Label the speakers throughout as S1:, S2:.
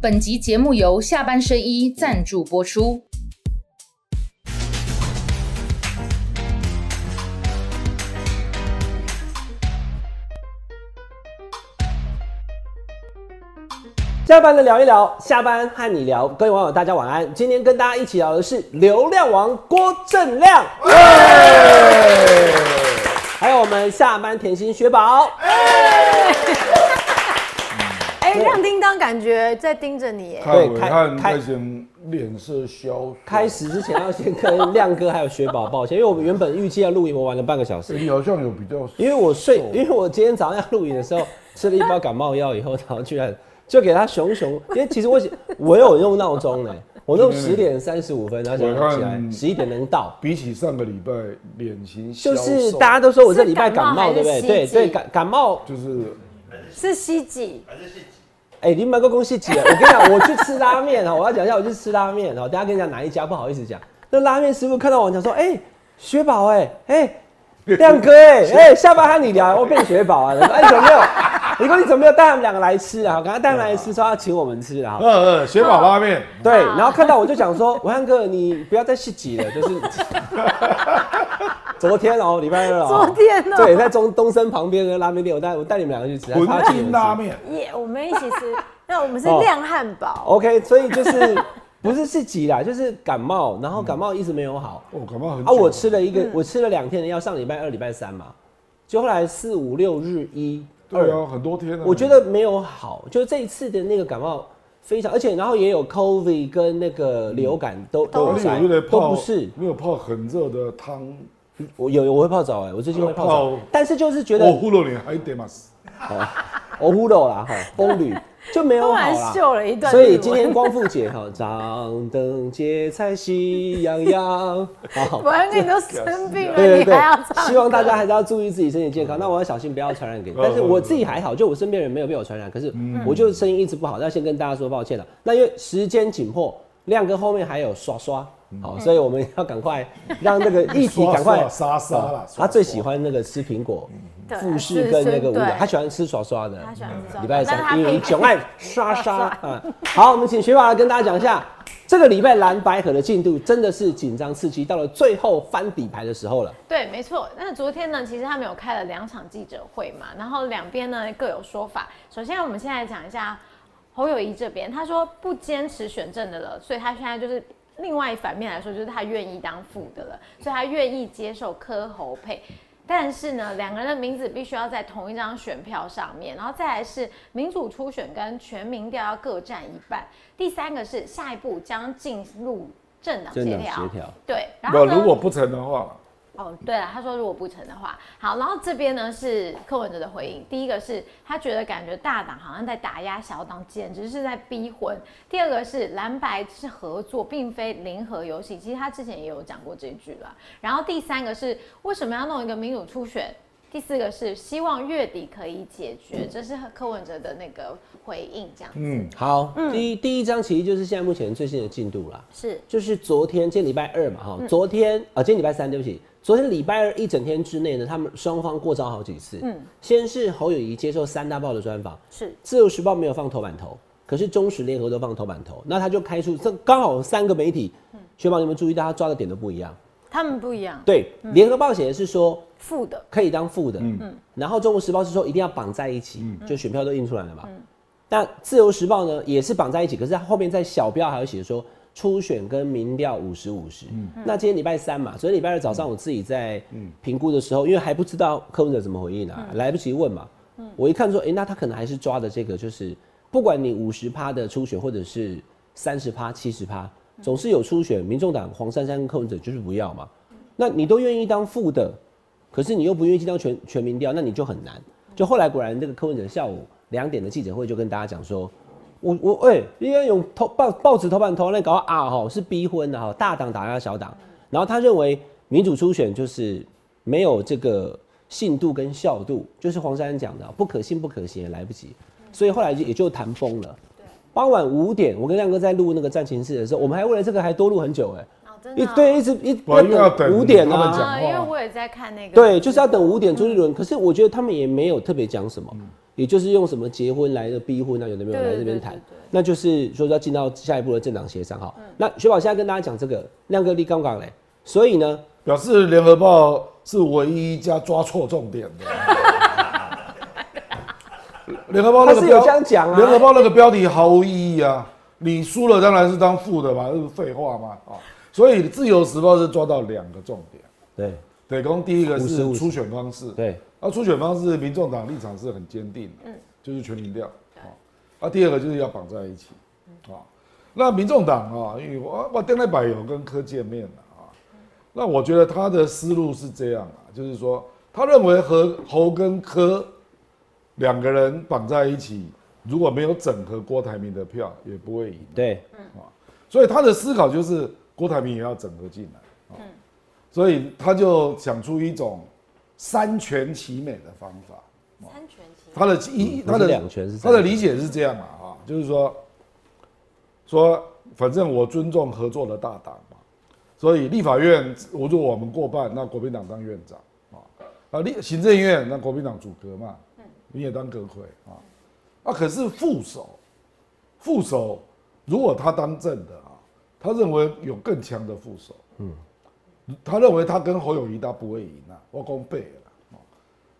S1: 本集节目由下半身衣赞助播出。
S2: 下班了聊一聊，下班和你聊，各位网友大家晚安。今天跟大家一起聊的是流量王郭正亮，还有我们下班甜心雪宝。
S3: 哎、亮叮当感觉在盯着你耶，
S4: 看
S2: 对
S4: 伟
S2: 开
S4: 汉
S2: 开
S4: 那些脸色消，
S2: 开始之前要先跟亮哥还有雪宝抱歉，因为我们原本预计要录影，我玩了半个小时，
S4: 你好像有比较瘦，
S2: 因为我睡，因为我今天早上要录影的时候吃了一包感冒药以后，然后居然就给他熊熊，因为其实我我有用闹钟呢，我弄十点三十五分，然后想说起来十一点能到。
S4: 比起上个礼拜脸型消
S2: 就
S4: 瘦
S2: 是大家都说我这礼拜
S3: 是
S2: 感
S3: 感冒
S2: 冒，对不
S3: 还是
S2: 对？对
S3: 袭击
S2: 对，感感冒，
S4: 就是
S3: 是希冀，
S2: 哎、你买个恭喜姐，我跟你讲，我去吃拉面 啊，我要讲一下，我去吃拉面啊，等下跟你讲哪一家，不好意思讲。那拉面师傅看到我讲说，哎、雪宝哎、哎、亮 哥哎、哎、下班和你聊，我变雪宝啊，哎、你怎么没有？你说你怎么没有带他们两个来吃啊？我刚刚带他们来吃，说要请我们吃啊。
S4: 呃呃雪宝拉面，
S2: 对，
S3: 啊
S2: 然后看到我就 讲说，文汉哥，你不要再细挤了，就是 昨天哦，礼拜二哦，
S3: 昨天哦
S2: 对，在中东森旁边的拉面店，我带我带你们两个去吃，
S4: 馄
S2: 啊他请我
S4: 饨
S2: 们
S4: 拉
S2: 吃
S4: 面，
S3: 耶、我们一起 吃。那我们是
S2: 哦
S3: 亮汉堡，
S2: OK，所以就是 不是自己啦，就是感冒，然
S4: 嗯
S2: 后感冒一直没有好、
S4: 哦，感冒很久
S2: 啊。我吃了一个，
S3: 嗯
S2: 我吃了两天的药，上礼拜二、礼拜三嘛，就后来四五六日一
S4: 对
S2: 二，
S4: 啊，很多天了，
S2: 我觉得没有好，就这一次的那个感冒非常，而且然后也有 COVID 跟那个流感都都
S4: 而
S2: 有
S4: 且
S2: 在
S4: 嗯哦我有点，
S2: 都
S4: 泡，
S2: 不是，
S4: 没有泡很热的汤，
S2: 我有有我会泡澡哎、我最近会泡
S4: 泡哦
S2: 澡，但是就是觉得
S4: 我糊弄你还得嘛，
S2: 哦呼噜啦哈，风吕就没有
S3: 突
S2: 好
S3: 然
S2: 啦。
S3: 秀了一段日
S2: 所
S3: 文。
S2: 以今天光复节哈，张灯结彩喜洋洋，好，
S3: 文哥你都生病了，
S2: 对对
S3: 你还要
S2: 对，
S3: 唱？
S2: 希望大家还是要注意自己身体健康。那我要小心不要传染给你，但是我自己还好，就我身边人没有被我传染，可是我就声音一直不好，那先跟大家说抱歉了。那因为时间紧迫，亮哥后面还有刷刷，好，所以我们要赶快让那个议题赶快
S4: 刷刷沙沙啦
S2: 他最喜欢那个吃苹果，
S3: 对
S2: 富士跟那个
S3: 是
S2: 五
S3: 对
S2: 角，他喜欢吃刷刷的，
S3: 他喜欢吃刷刷
S2: 礼拜
S3: 但是他
S2: 三，
S3: 可以
S2: 因为囧爱 刷刷啊。好，我们请学宝来跟大家讲一下，这个礼拜蓝白河的进度真的是紧张刺激，到了最后翻底牌的时候了。
S5: 对，没错。那昨天呢，其实他们有开了两场记者会嘛，然后两边呢各有说法。首先，我们现在讲一下侯友谊这边，他说不坚持选正的了，所以他现在就是另外一反面来说，就是他愿意当副的了，所以他愿意接受柯侯配。但是呢，两个人的名字必须要在同一张选票上面，然后再来是民主初选跟全民调要各占一半。第三个是下一步将进入政党
S2: 政
S5: 协
S2: 党
S5: 调，
S2: 协调
S5: 对。然
S4: 不，
S5: 后呢
S4: 如果不成的话，
S5: 哦，对了，他说如果不成的话，好，然后这边呢是柯文哲的回应，第一个是他觉得感觉大党好像在打压小党，简直是在逼婚；第二个是蓝白是合作，并非零和游戏，其实他之前也有讲过这一句了。然后第三个是为什么要弄一个民主初选？第四个是希望月底可以解决，这是柯文哲的那个回应，这样子、
S4: 嗯，
S2: 好，第一第一章其实就是现在目前最新的进度啦，
S5: 是
S2: 就是昨天，今天礼拜二嘛，
S3: 嗯
S2: 哈，昨天啊、今天礼拜三，对不起，昨天礼拜二一整天之内呢，他们双方过招好几次。嗯，先是侯友谊接受三大报的专访，
S5: 是
S2: 自由时报没有放头版头，可是中时联合都放头版头，那他就开出这刚好三个媒体，学宝你们注意到他抓的点都不一样。
S5: 他们不一样，
S2: 对，联合报写的是说
S5: 负的
S2: 可以当副的，然后中国时报是说一定要绑在一起，就选票都印出来了嘛。但自由时报呢也是绑在一起，可是它后面在小标还有写说初选跟民调五十五十。那今天礼拜三嘛，所以礼拜二早上我自己在评估的时候，因为还不知道柯文哲怎么回应啊，来不及问嘛。我一看说，哎、那他可能还是抓的这个，就是不管你五十趴的初选或者是三十趴、七十趴，总是有初选，民众党黄珊珊跟柯文哲就是不要嘛。那你都愿意当副的，可是你又不愿意进到全全民调，那你就很难。就后来果然，这个柯文哲下午两点的记者会就跟大家讲说，我我哎，应该用头报报纸头版头那搞啊吼是逼婚的哈，大党打压小党。然后他认为民主初选就是没有这个信度跟效度，就是黄珊珊讲的不可信不可行，也来不及。所以后来就也就谈崩了。傍晚五点，我跟亮哥在录那个战情室的时候，我们还为了这个还多录很久哎、
S5: 哦，真的
S2: 一
S5: 哦、
S2: 对一直一
S4: 哇因为要等
S2: 五点
S4: 他们
S2: 啊
S4: 讲话
S5: 呃
S4: 哦
S5: 啊，因为我也在看那个，嗯
S2: 对，就是要等五点朱立伦。可是我觉得他们也没有特别讲什么。也就是用什么结婚来的逼婚啊，有的没有
S5: 对
S2: 来这边谈
S5: 对对嗯对，
S2: 那就是说要进到下一步的政党协商哈。那雪宝现在跟大家讲这个，亮哥立刚刚嘞，所以呢，
S4: 表示联合报是唯一一家抓错重点 的。联合报那个
S2: 他是有
S4: 标
S2: 这样讲啊
S4: 联合报那个标题毫无意义啊！你输了当然是当副的嘛，这是废话嘛啊、所以自由时报是抓到两个重点，
S2: 对
S4: 对，公第一个是
S2: 50
S4: 初选方式，
S2: 对，
S4: 那初选方式，民众党立场是很坚定的，就是全民调，啊，那第二个就是要绑在一起，啊，那民众党啊，因为我我邓来柏有跟柯见面了啊，那我觉得他的思路是这样啊，就是说他认为和侯跟柯两个人绑在一起，如果没有整合郭台铭的票，也不会赢，
S2: 对，
S4: 所以他的思考就是郭台铭也要整合进来，啊所以他就想出一种三全其美的方法。
S5: 三全其美
S4: 他的一
S2: 嗯
S4: 他的
S2: 不是两全是
S4: 他
S2: 三全
S4: 的理解是这样嘛啊，就是说说反正我尊重合作的大党嘛，所以立法院我如果我们过半，那国民党当院长啊，啊立行政院那国民党主阁嘛，你也当阁魁啊，啊可是副手副手如果他当政的啊，他认为有更强的副手，嗯，他认为他跟侯友谊他不会赢啊，我讲背了啦。哦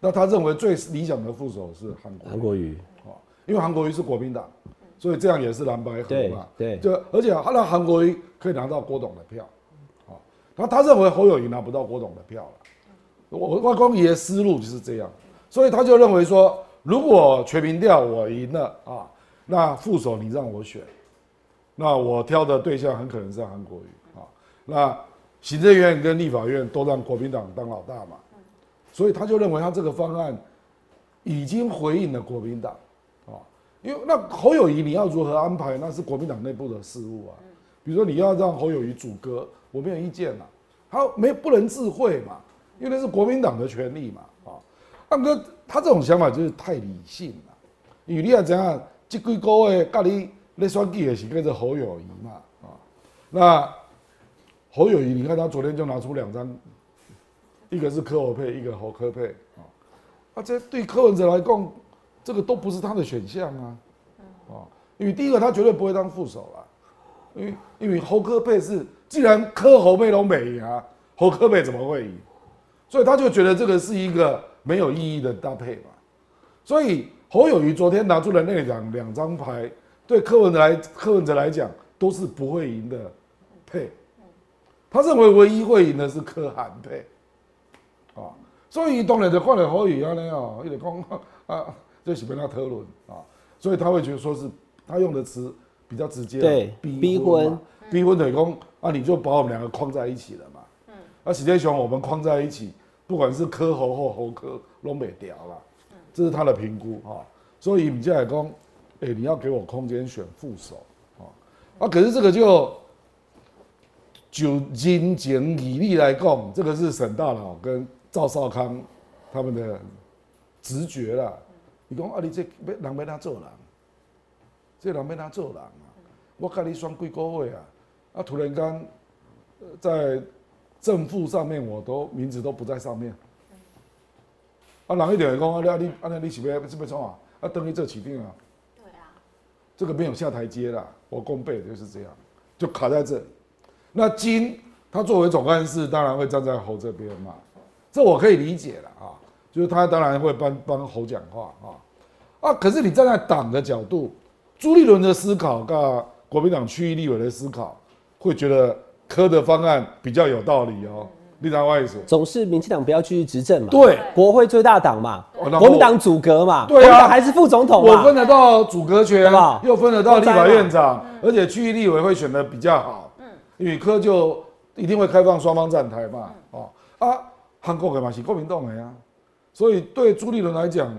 S4: 那他认为最理想的副手是韩国瑜
S2: 韩国瑜，
S4: 哦，因为韩国瑜是国民党，所以这样也是蓝白合嘛。
S2: 对对
S4: 就而且他让韩国瑜可以拿到郭董的票，哦，那他认为侯友谊拿不到郭董的票了。我外公爷思路就是这样，所以他就认为说，如果全民调我赢了啊，那副手你让我选，那我挑的对象很可能是韩国瑜啊，那行政院跟立法院都让国民党当老大嘛，所以他就认为他这个方案已经回应了国民党。因为那侯友谊你要如何安排，那是国民党内部的事务啊。比如说你要让侯友谊主歌，我没有意见啦、他没不能自会嘛，因为那是国民党的权利嘛。啊、按哥他这种想法就是太理性了，因为你要怎样，这几个月跟你咧选举的是跟着侯友谊嘛啊、那侯友谊你看他昨天就拿出两张，一个是柯侯配，一个侯柯配啊、啊这对柯文哲来讲。这个都不是他的选项啊，哦，因为第一个他绝对不会当副手啦，因为因为侯科佩是，既然柯侯佩都没赢啊，侯科佩怎么会赢？所以他就觉得这个是一个没有意义的搭配嘛。所以侯友谊昨天拿出了那两两张牌，对柯文哲来柯文哲来讲都是不会赢的配，他认为唯一会赢的是柯韩配。啊，所以当然就看了侯友宜安尼哦，伊就讲啊，这是跟他讨论啊，所以他会觉得说是他用的词比较直接啊，
S2: 对逼婚
S4: 嘛，逼婚等于讲啊，你就把我们两个框在一起了嘛，嗯，啊，史天雄我们框在一起，不管是科侯或侯科拢袂掉啦，这是他的评估啊，所以你才来讲，哎、你要给我空间选副手啊，啊，可是这个就。就人情义理来讲，这个是沈大佬跟赵少康他们的直觉啦。你讲啊，你这要人要哪做人？这人要哪做人啊？我跟你选几个月啊，啊，突然间呃在正负上面我都名字都不在上面。啊，人一定会讲啊，你啊你啊你是要是要创啊？啊，等于这起定啊，
S5: 对啊，
S4: 这个没有下台阶啦。我公背就是这样，就卡在这里。那金他作为总干事，当然会站在侯这边嘛，这我可以理解了啊，就是他当然会帮帮侯讲话啊啊，可是你站在党的角度，朱立伦的思考跟国民党区域立委的思考，会觉得柯的方案比较有道理哦，立党外所
S2: 总是民进党不要继续执政嘛，，
S4: 对。
S2: 国会最大党嘛
S4: 哦然，后
S2: 国民党阻隔嘛，
S4: 对啊
S2: 国民党还是副总统
S4: 我分
S2: 嘛，
S4: 得到主格权
S2: 好不好，
S4: 又分得到立法院长，
S5: 嗯
S4: 而且区域立委会选的比较好。嗯，宇科就一定会开放双方站台嘛。
S5: 嗯
S4: 哦啊，韩国的嘛是国民党的呀、所以对朱立伦来讲，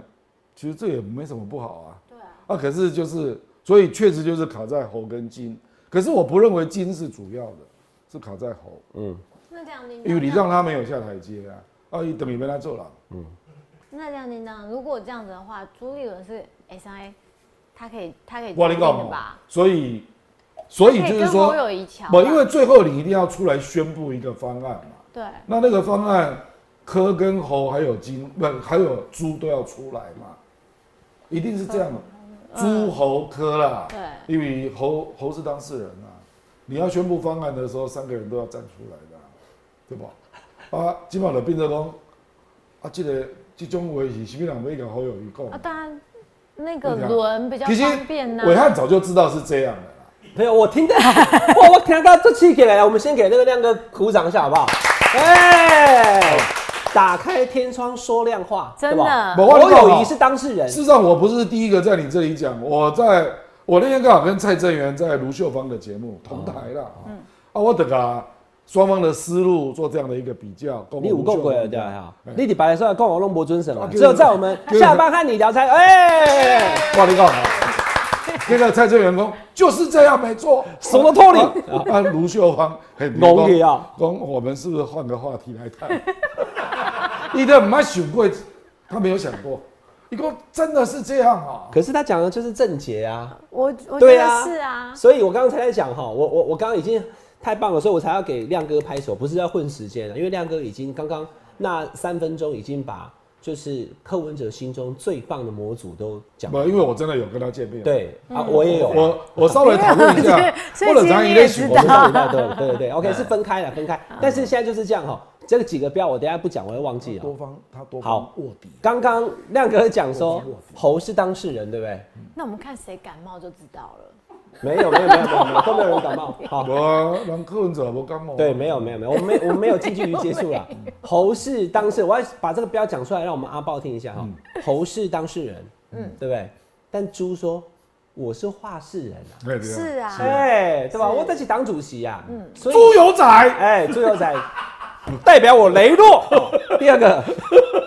S4: 其实这也没什么不好啊。
S5: 对啊，
S4: 啊，可是就是，所以确实就是卡在侯跟金。可是我不认为金是主要的，是卡在侯，
S5: 那亮叮当，
S4: 因为你让他没有下台阶啊。啊，等于没他做了。
S5: 那亮叮当，如果这样子的话，朱立伦是 S I，他可以他可以
S4: 我跟
S5: 决定
S4: 你讲
S5: 的
S4: 嘛
S5: 哎吧？，
S4: 所以，所以就
S5: 可
S4: 是说，
S5: 以跟侯友谊桥吧，
S4: 不，因为最后你一定要出来宣布一个方案嘛。
S5: 对啊
S4: 那那个方案，柯跟侯还有金不还有猪都要出来嘛，一定是这样的，诸侯科啦，
S5: 嗯对
S4: 因为侯侯是当事人啊，你要宣布方案的时候，三个人都要站出来的啊、对吧？啊，今晚的变成讲，啊，这个这种话是什么人要跟侯友谊讲
S5: 啊，？当然那个轮比较
S4: 啊其实
S5: 方便啊呐、
S4: 伟汉早就知道是这样的啦，
S2: 没有，我听到， 哇，我听到这气起来了。我们先给那个亮哥鼓掌一下，好不好？哎，打开天窗说亮话，
S5: 真的
S2: 对吧
S4: 没话
S2: 侯
S4: 你讲啊
S2: 友谊是当事人
S4: 事，实上，我不是第一个在你这里讲，我在我那天刚好跟蔡正元在卢秀芳的节目同台啦。
S2: 嗯
S4: 啊，我等啊双方的思路做这样的一个比较，
S2: 你有够鬼了，对吧？你得白来说来，跟我弄不尊神嘛哦
S4: 啊，
S2: 只有在我们下班和你聊才，哎，
S4: 哇，你告诉我，那个蔡正元讲就是这样，没错，
S2: 什么道理
S4: 啊啊，卢秀芳很
S2: 农业啊，
S4: 讲我们是不是换个话题来谈？ 你的妈想过，他没有想过，你讲真的是这样啊？
S2: 可是他讲的就是正解啊，
S5: 我我觉
S2: 对
S5: 得
S2: 啊
S5: 是啊，
S2: 所以我刚刚才在讲哈，我我我刚刚已经太棒了，所以我才要给亮哥拍手，不是要混时间了，因为亮哥已经刚刚那三分钟已经把就是柯文哲心中最棒的模组都讲
S4: 不，
S2: 完
S4: 因为我真的有跟他见面，
S2: 对啊，我也有啊，
S4: 我我稍微讨论一 下，
S3: 所以
S4: 我的
S3: 其实
S4: 张
S3: 你
S4: 一
S3: 也
S4: 类
S3: 知
S4: 型
S2: 我
S4: 我
S2: 们
S3: 道
S4: 们
S2: 到底对对对，OK 是分开了，分开。
S4: 啊
S2: 但是现在就是这样哈，这个几个标我等一下不讲，我会忘记了
S4: 多。方他多
S2: 好
S4: 方卧底，
S2: 刚刚亮哥讲说猴是当事人，对不对？
S5: 那我们看谁感冒就知道了。
S2: 没有没有没有没有没有，都没有人感冒。好，
S4: 我让柯文哲我感冒，
S2: 对，没有没有没有，我们 没我们没有近距离接触啦。侯氏当事，我要把这个标讲出来，让我们阿豹听一下哈。侯氏当事人，嗯，对不对？但猪说我是话事人啊，
S4: 对，对
S5: 是，啊，
S2: 哎，对吧？我得起党主席啊，嗯，所以
S4: 猪油仔，
S2: 哎，猪油仔，你代表我雷诺。第二个，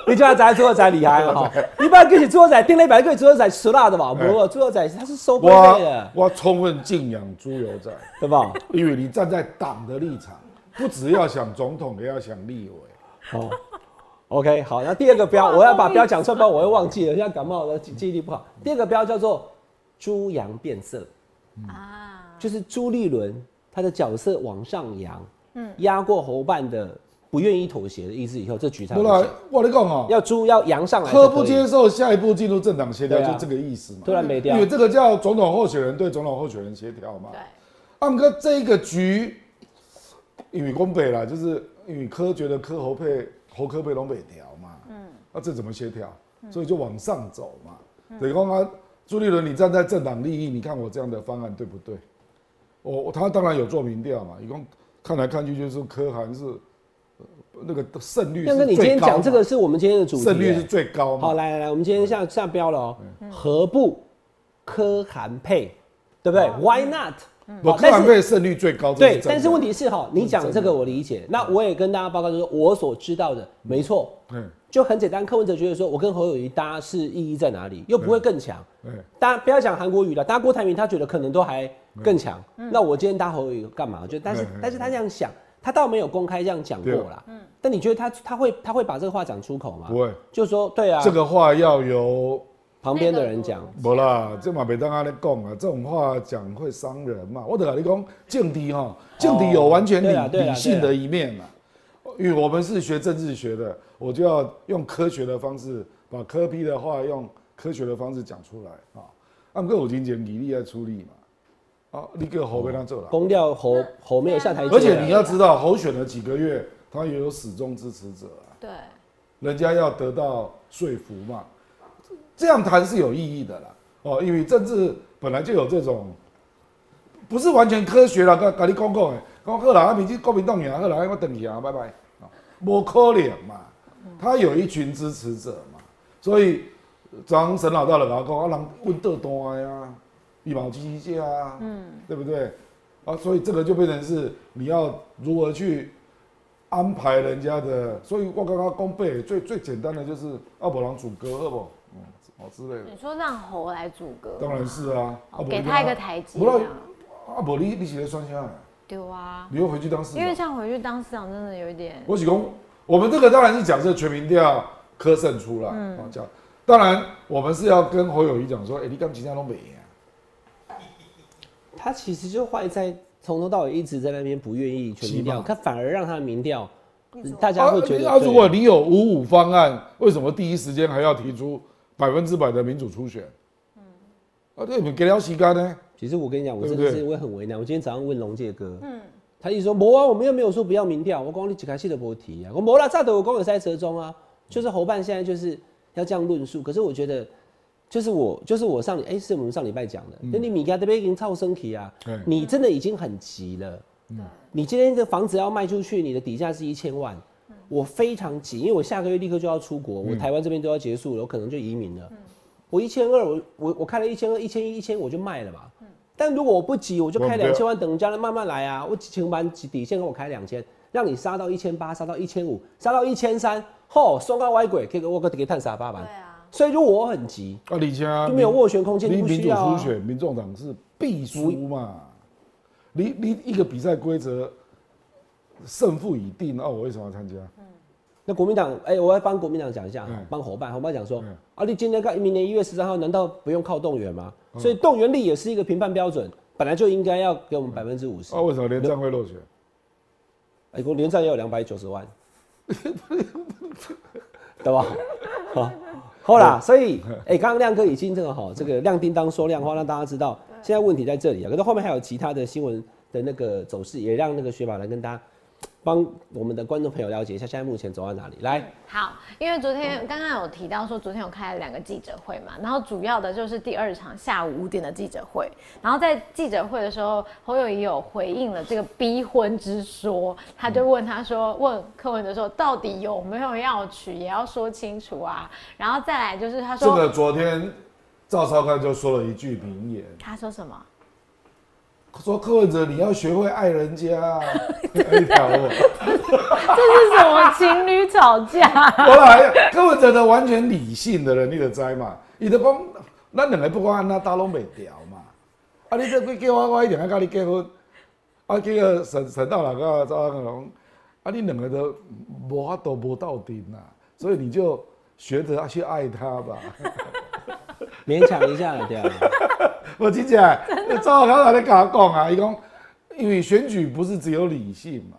S2: 你叫他宅猪油仔厉害了 哈，一般跟你猪油仔定了一百个猪油仔吃辣的吧？不过猪油仔他是收费
S4: 我
S2: 的，
S4: 我充分敬仰猪油仔，
S2: 对吧？
S4: 因为你站在党的立场，不只要想总统，也要想 立委。
S2: 好，OK，好，那第二个标，我要把标讲出来，不然我会忘记了。现在感冒了，记记忆力不好。第二个标叫做猪羊变色，
S4: 嗯
S5: 啊，
S2: 就是朱立伦他的角色往上扬，嗯，压过侯办的不愿意妥协的意思以后，这局才
S4: 不
S2: 会
S4: 然
S2: 胜
S4: 我跟你讲哦，
S2: 要猪要扬上来才可以，
S4: 科不接受下一步进入政党协调，
S2: 对啊啊
S4: 就这个意思嘛
S2: 突。然没掉
S4: 因为，这个叫总统候选人对总统候选人协调嘛。
S5: 对，
S4: 按哥啊这个局，因为公北啦，就是因为科觉得科侯配侯科配拢北调嘛，嗯，那、这怎么协调？所以就往上走嘛。等于说啊，朱立伦，你站在政党利益，你看我这样的方案对不对？我我他当然有做民调嘛，一共看来看去就是科韩是呃那个胜率
S2: 亮哥，
S4: 是
S2: 你今天
S4: 最高
S2: 讲
S4: 嘛
S2: 这个是我们今天的主题、
S4: 胜率
S2: 哎
S4: 是最高嘛？
S2: 好，来来来，我们今天下下标了哦、何不科韩配，对不对、w h y not？
S4: 我
S2: 好
S4: 科
S2: 但
S4: 韩
S2: 是
S4: 配胜率最高，这
S2: 对
S4: 哦真，的
S2: 但是问题是哈，你讲这个我理解，那我也跟大家报告，就是我所知道的，没错，
S4: 嗯，
S2: 就很简单。柯文哲觉得说，我跟侯友谊搭是意义在哪里，又不
S4: 嗯
S2: 会更强。
S4: 对，
S2: 大家不要讲韩国瑜了，搭郭台铭他觉得可能都还更强。那我今天搭侯友谊干嘛？我觉得，但是
S4: 嗯嗯嗯嗯
S2: 但是他这样想，他倒没有公开这样讲过啦。但你觉得他他会他会把这个话讲出口吗？
S4: 不会，
S2: 就说对啊，
S4: 这个话要由
S2: 旁边的人讲，
S4: 无啦，这嘛袂当安尼讲啊，这种话讲会伤人嘛。我就跟你讲，政敌哈，政敌有完全
S2: 哦对啦
S4: 理
S2: 对啦
S4: 理性的一面嘛。因为我们是学政治学的，我就要用科学的方式，把科批的话用科学的方式讲出来啊。啊，不过有金钱比例在处理嘛，啊，你个侯被他做了，
S2: 公掉侯侯没有下台阶啊，
S4: 而且你要知道，侯选了几个月，他也有始终支持者啊。
S5: 对，
S4: 人家要得到说服嘛，这样谈是有意义的啦。哦，因为政治本来就有这种，不是完全科学啦。跟跟你讲讲的，讲好啦，啊，民进国民党赢，好啦，我等你啊，拜拜。哦，无可能嘛，他有一群支持者嘛，所以昨天沈老大就跟我讲，啊，人问倒单的啊，羽毛机械啊，嗯，对不对？啊，所以这个就变成是你要如何去安排人家的，所以我刚刚讲背最最简单的就是阿伯郎主歌，好不好？嗯，哦之类的，
S5: 你说让猴来阻隔，
S4: 当然是啊，
S5: 哦给他一个台阶
S4: 不然
S5: 啊，
S4: 阿伯你你写的算下来，
S5: 丢啊，
S4: 你又回去当市
S5: 因为
S4: 长。
S5: 这样回去当市长真的有一点，
S4: 我喜公，我们这个当然是假设全民调科胜出来，
S5: 嗯
S4: 啊这样，当然我们是要跟侯友谊讲说，哎，你刚今天都没赢啊，
S2: 他其实就坏在从头到尾一直在那边不愿意全民
S4: 是
S2: 调，
S4: 吧
S2: 他反而让他的民调，大家会觉得
S4: 啊
S2: 对。
S4: 如果你有五五方案，为什么第一时间还要提出百分之百的民主初选。嗯，啊，对，你们给了时间呢？
S2: 其实我跟你讲，我
S4: 对
S2: 真
S4: 不
S2: 的
S4: 对
S2: 是我也很为难。我今天早上问龙介哥，嗯，他一直说没啊，我们又没有说不要民调，我光你几开戏都不提啊，我没啦，炸的我光有塞车中啊，就是侯办现在就是要这样论述。可是我觉得，就是我就是我上礼哎、是我们上礼拜讲的，
S4: 嗯
S2: 那、你米家这边已经超升级啊
S4: 对，
S2: 你真的已经很急了。
S4: 嗯
S2: 你今天的房子要卖出去，你的底价是一千万，我非常急，因为我下个月立刻就要出国，
S4: 嗯
S2: 我台湾这边都要结束了，我可能就移民了。我一千二，我我我开了一千二、一千一、一千，我就卖了嘛。但如果我不急，我就开
S4: 嗯我不要
S2: 两千万，等人家慢慢来啊。我请完底线跟我开两千，让你杀到一千八，杀到一千五，杀到一千三，吼，双高歪鬼，给个我个给探傻八
S3: 对
S2: 万。
S3: 啊，
S2: 所以如果我很急，
S4: 啊，你家
S2: 就没有斡旋空间，
S4: 你
S2: 就不
S4: 民
S2: 需
S4: 主
S2: 要、
S4: 初
S2: 啊。
S4: 选，民众党是必输嘛？你你一个比赛规则，胜负已定，那、哦我为什么要参加？
S5: 嗯
S2: 那国民党，哎、我要帮国民党讲一下
S4: 嗯，
S2: 帮伙伴，伙伴讲说
S4: 嗯，
S2: 啊，你今年看明年一月十三号，难道不用靠动员吗？
S4: 嗯
S2: 所以动员力也是一个评判标准，本来就应该要给我们百分之五十
S4: 啊，。为什么连战会落选？
S2: 哎，我连战也有两百九十万， 对吧？好，好
S4: 嗯
S2: 啦，所以哎，刚刚亮哥已经这个好，这个亮叮当说亮话，让大家知道现在问题在这里啊。可是后面还有其他的新闻的那个走势，也让那个雪宝来跟大家帮我们的观众朋友了解一下，现在目前走到哪里来。
S5: 好，因为昨天
S4: 嗯
S5: 刚刚有提到说，昨天有开了两个记者会嘛，然后主要的就是第二场下午五点的记者会，然后在记者会的时候，侯友谊有回应了这个逼婚之说，他就问他说，问柯文哲说，到底有没有要娶，也要说清楚啊，然后再来就是他
S4: 这
S5: 说，
S4: 个昨天赵少康就说了一句名言，
S5: 他说什 么？
S4: 说柯文哲你要学会爱人家啊，一条我，
S5: 这是什么情侣吵架？
S4: 我来柯文哲的完全理性的人，你就知嘛？伊就讲，咱两个不管安那搭拢袂调嘛。啊，你这鬼叫我，我一定要跟你结婚。啊，结果沈沈道老个赵康龙，啊，你两个都无法度无到顶啊，所以你就学着去爱他吧。
S2: 勉强一下了，对啊。
S4: 我听起来，赵康老在跟我讲啊，伊讲，因为选举不是只有理性嘛，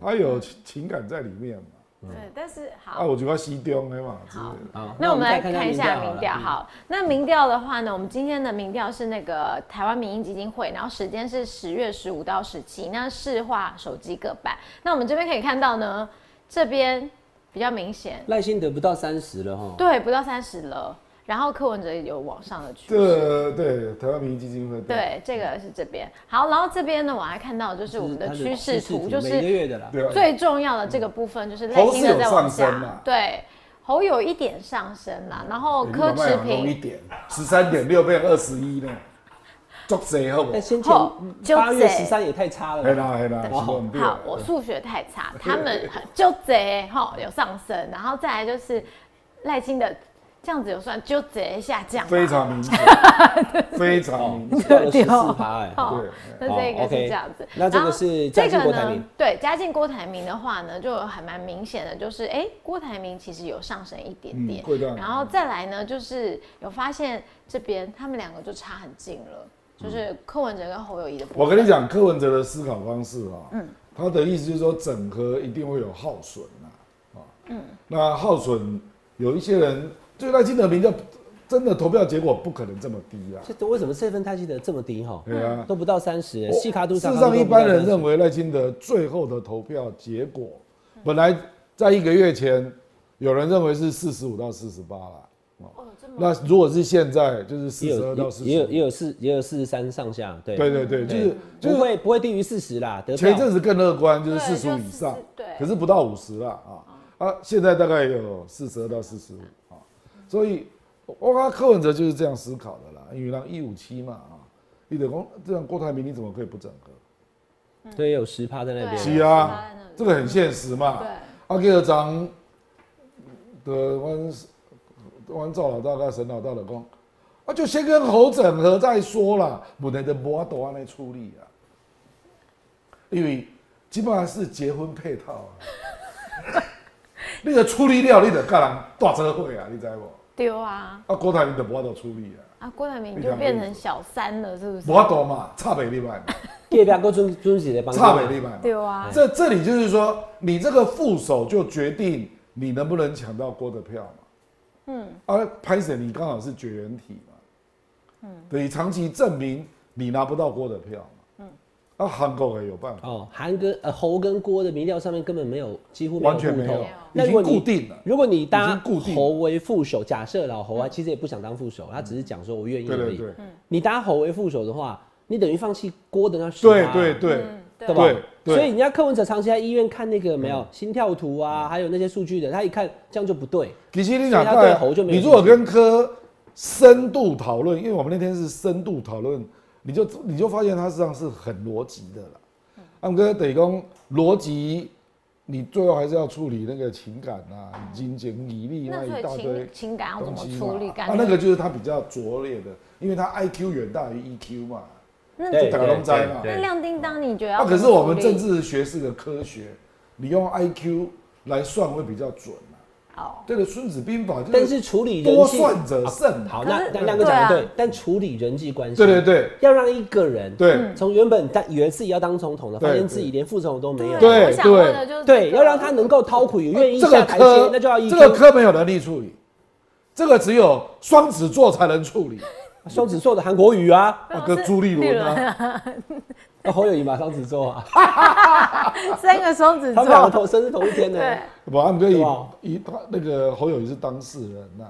S4: 他有情情感在里面嘛。
S5: 对，但是好
S4: 啊，。我就要西中的嘛之类的。
S2: 好
S5: 那我们来
S2: 再
S5: 看一下民调。
S2: 好了
S5: 好，那民调的话呢，我们今天的民调是那个台湾民意基金会，然后时间是十月十五到十七，那市话手机各半。那我们这边可以看到呢，这边比较明显
S2: 嗯，赖幸德不到三十了哈。
S5: 对，不到三十了，然后柯文哲也有往上的趋势。
S4: 这对台湾民意基金会
S5: 对，这个是这边好，然后这边呢，我还看到就是我们的
S2: 它
S5: 趋势图，就
S2: 每个
S5: 是
S2: 月的啦。
S4: 对啊，
S5: 最重要的这个部分就是赖
S4: 猴
S5: 清
S4: 是
S5: 德
S4: 有
S5: 在往
S4: 上升
S5: 下
S4: 啊，
S5: 对，侯有一点上升啦，然后
S4: 你
S5: 柯
S4: 把麦
S5: 志
S4: 克弄一
S5: 平
S4: 点，十三点六变二十一呢，足济好不好
S2: 但？先前
S5: 后就
S2: 八月
S5: 贼
S2: 十三也太差了
S4: 嘿
S2: 吧。
S4: 啦嘿啦，是
S2: 好
S4: 稳定的。
S5: 好，我数学太 差，他们很就贼哈有上升，然后再来就是赖清的这样子有算就贼下降嘛，
S4: 非常 明显，非常明显。
S2: 掉了十四趴哎。
S5: 哦
S4: 对
S5: 那这个
S2: 好
S5: 是
S2: ，OK
S5: 这样子，
S2: 那这个
S5: 然后
S2: 是嘉
S5: 这个
S2: 靖
S5: 呢？
S2: 郭台铭
S5: 对，嘉靖郭台铭的话呢，就还蛮明显的，就是哎、诶郭台铭其实有上升一点点
S4: 嗯，贵段
S5: 然后再来呢，就是有发现这边他们两个就差很近了，就是柯文哲跟侯友谊的部分。
S4: 嗯我跟你讲，柯文哲的思考方式啊，他的意思就是说，整合一定会有耗损呐，啊，那耗损有一些人，就赖清德民调真的投票结果不可能这么低啊。
S2: 这为什么这份泰西德这么低哈？
S4: 对啊，
S2: 都不到三十，
S4: 我
S2: 细卡都
S4: 事实上，一般人认为赖清德最后的投票结果，本来在一个月前，有人认为是四十五到四十八啦。
S5: 哦，这么
S4: 那如果是现在，就是四
S2: 也
S4: 十二
S2: 有
S4: 到四
S2: 也有也
S4: 十。
S2: 有四也有四十三上下，对
S4: 对对对，就是就
S2: 不
S4: 是
S2: 会不会低于四十啦。得
S4: 前一阵
S2: 票
S4: 子更乐观，就是
S5: 对
S4: 四十
S5: 就
S4: 五以上
S5: 40，对
S4: 可是不到五十啦啊啊！现在大概有四十二到四十五啊，所以我看柯文哲就是这样思考的啦，因为让一五七嘛啊，你得讲这样郭台铭你怎么可以不整合？
S2: 对也有十趴在那
S5: 对
S2: 边，
S4: 是
S5: 十
S4: 啊
S5: 八在那里，
S4: 这个很现实嘛。
S5: 对。
S4: 阿吉尔长的阮阮赵老大跟沈老大的讲，啊，就先跟侯整合再说啦，问题就无法度安尼处理啊，因为基本上是结婚配套啊，你个处理了，你得跟人大车会啊，你知无？
S5: 丢啊！
S4: 啊，郭台铭就无法度处理啊，
S5: 啊，郭台铭就变成小三了，是不
S4: 无
S5: 是？
S4: 法度嘛，差袂入来嘛，
S2: 列表够尊尊己的帮
S4: 差袂入来嘛。
S5: 丢啊！
S4: 这这里就是说，你这个副手就决定你能不能抢到郭的票嘛。嗯，啊，拍审你刚好是绝缘体嘛，嗯，等于长期证明你拿不到郭的票嘛，嗯，那韩国也有办法，
S2: 哦，韩跟呃侯跟郭的民调上面根本没有，几乎没有
S4: 完全没
S2: 互
S4: 有
S2: 动那，
S4: 已
S2: 如果
S4: 经
S2: 你
S4: 固定了。
S2: 如果你搭
S4: 已经固定
S2: 侯为副手，假设老
S5: 嗯
S2: 侯啊，其实也不想当副手，他只是讲说我愿意
S4: 对
S2: 而
S4: 对
S2: 已。
S4: 对，
S2: 你搭侯为副手的话，你等于放弃郭的那十
S4: 对
S2: 趴
S4: 对对，
S2: 嗯对
S5: 对
S2: 吧？
S4: 对对嗯
S2: 所以人家柯文哲长期在医院看那个没有心跳图啊，还有那些数据的，他一看这样就不对。
S4: 其实你
S2: 所
S4: 想
S2: 以他对
S4: 看
S2: 猴就，没有
S4: 你如果跟科深度讨论，因为我们那天是深度讨论，你就你就发现他实际上是很逻辑的
S2: 嗯
S4: 啦。按哥得讲逻辑，你最后还是要处理那个情感啊、金钱、毅力那
S5: 那所
S4: 啊一大
S5: 以
S4: 堆
S5: 情情感要怎
S4: 东
S5: 么
S4: 西
S5: 处理？
S4: 嘛。
S5: 感
S4: 啊
S5: 觉，
S4: 那个就是他比较拙劣的，因为他 IQ 远大于 EQ 嘛。
S5: 那
S2: 对
S5: 就
S4: 大家都知嘛
S5: 那
S6: 对
S5: 亮叮当，你觉得要
S4: 那可
S5: 怎么
S4: 是我们
S5: 处理
S4: 政治学是个科学，你用 IQ 来算会比较准啊。
S5: 哦，
S4: 这个《孙子兵法》就
S2: 但
S4: 是
S2: 是处理人
S4: 嗯多
S2: 际
S4: 算者胜。
S2: 好，
S5: 可
S2: 那
S5: 是
S2: 那亮哥讲的
S5: 对啊
S2: 对，但处理人际关系，
S4: 对对对
S2: 要让一个人
S4: 对。
S2: 从原本但以为自己要当总统的，
S4: 对
S2: 发现自己连副总统都没有，
S4: 对
S5: 我想问的就是
S2: 对，
S5: 这个
S2: 要让他能够掏苦，也愿意
S4: 这
S2: 下
S4: 个
S2: 台阶
S4: 科，
S2: 那就要 EQ。
S4: 这个科没有能力处理，这个只有双子座才能 处理。
S2: 啊双子座的韩国瑜 啊，
S4: 啊，跟朱立 伦
S5: 立伦
S4: 啊，
S2: 那侯友谊嘛，双子座啊，
S3: 三个双子
S2: 他们两个
S3: 座，
S2: 同生日同一天呢。
S5: 对，
S4: 不，他们可
S2: 对
S4: 以
S2: 吧
S4: 以他那个侯友谊是当事人呐、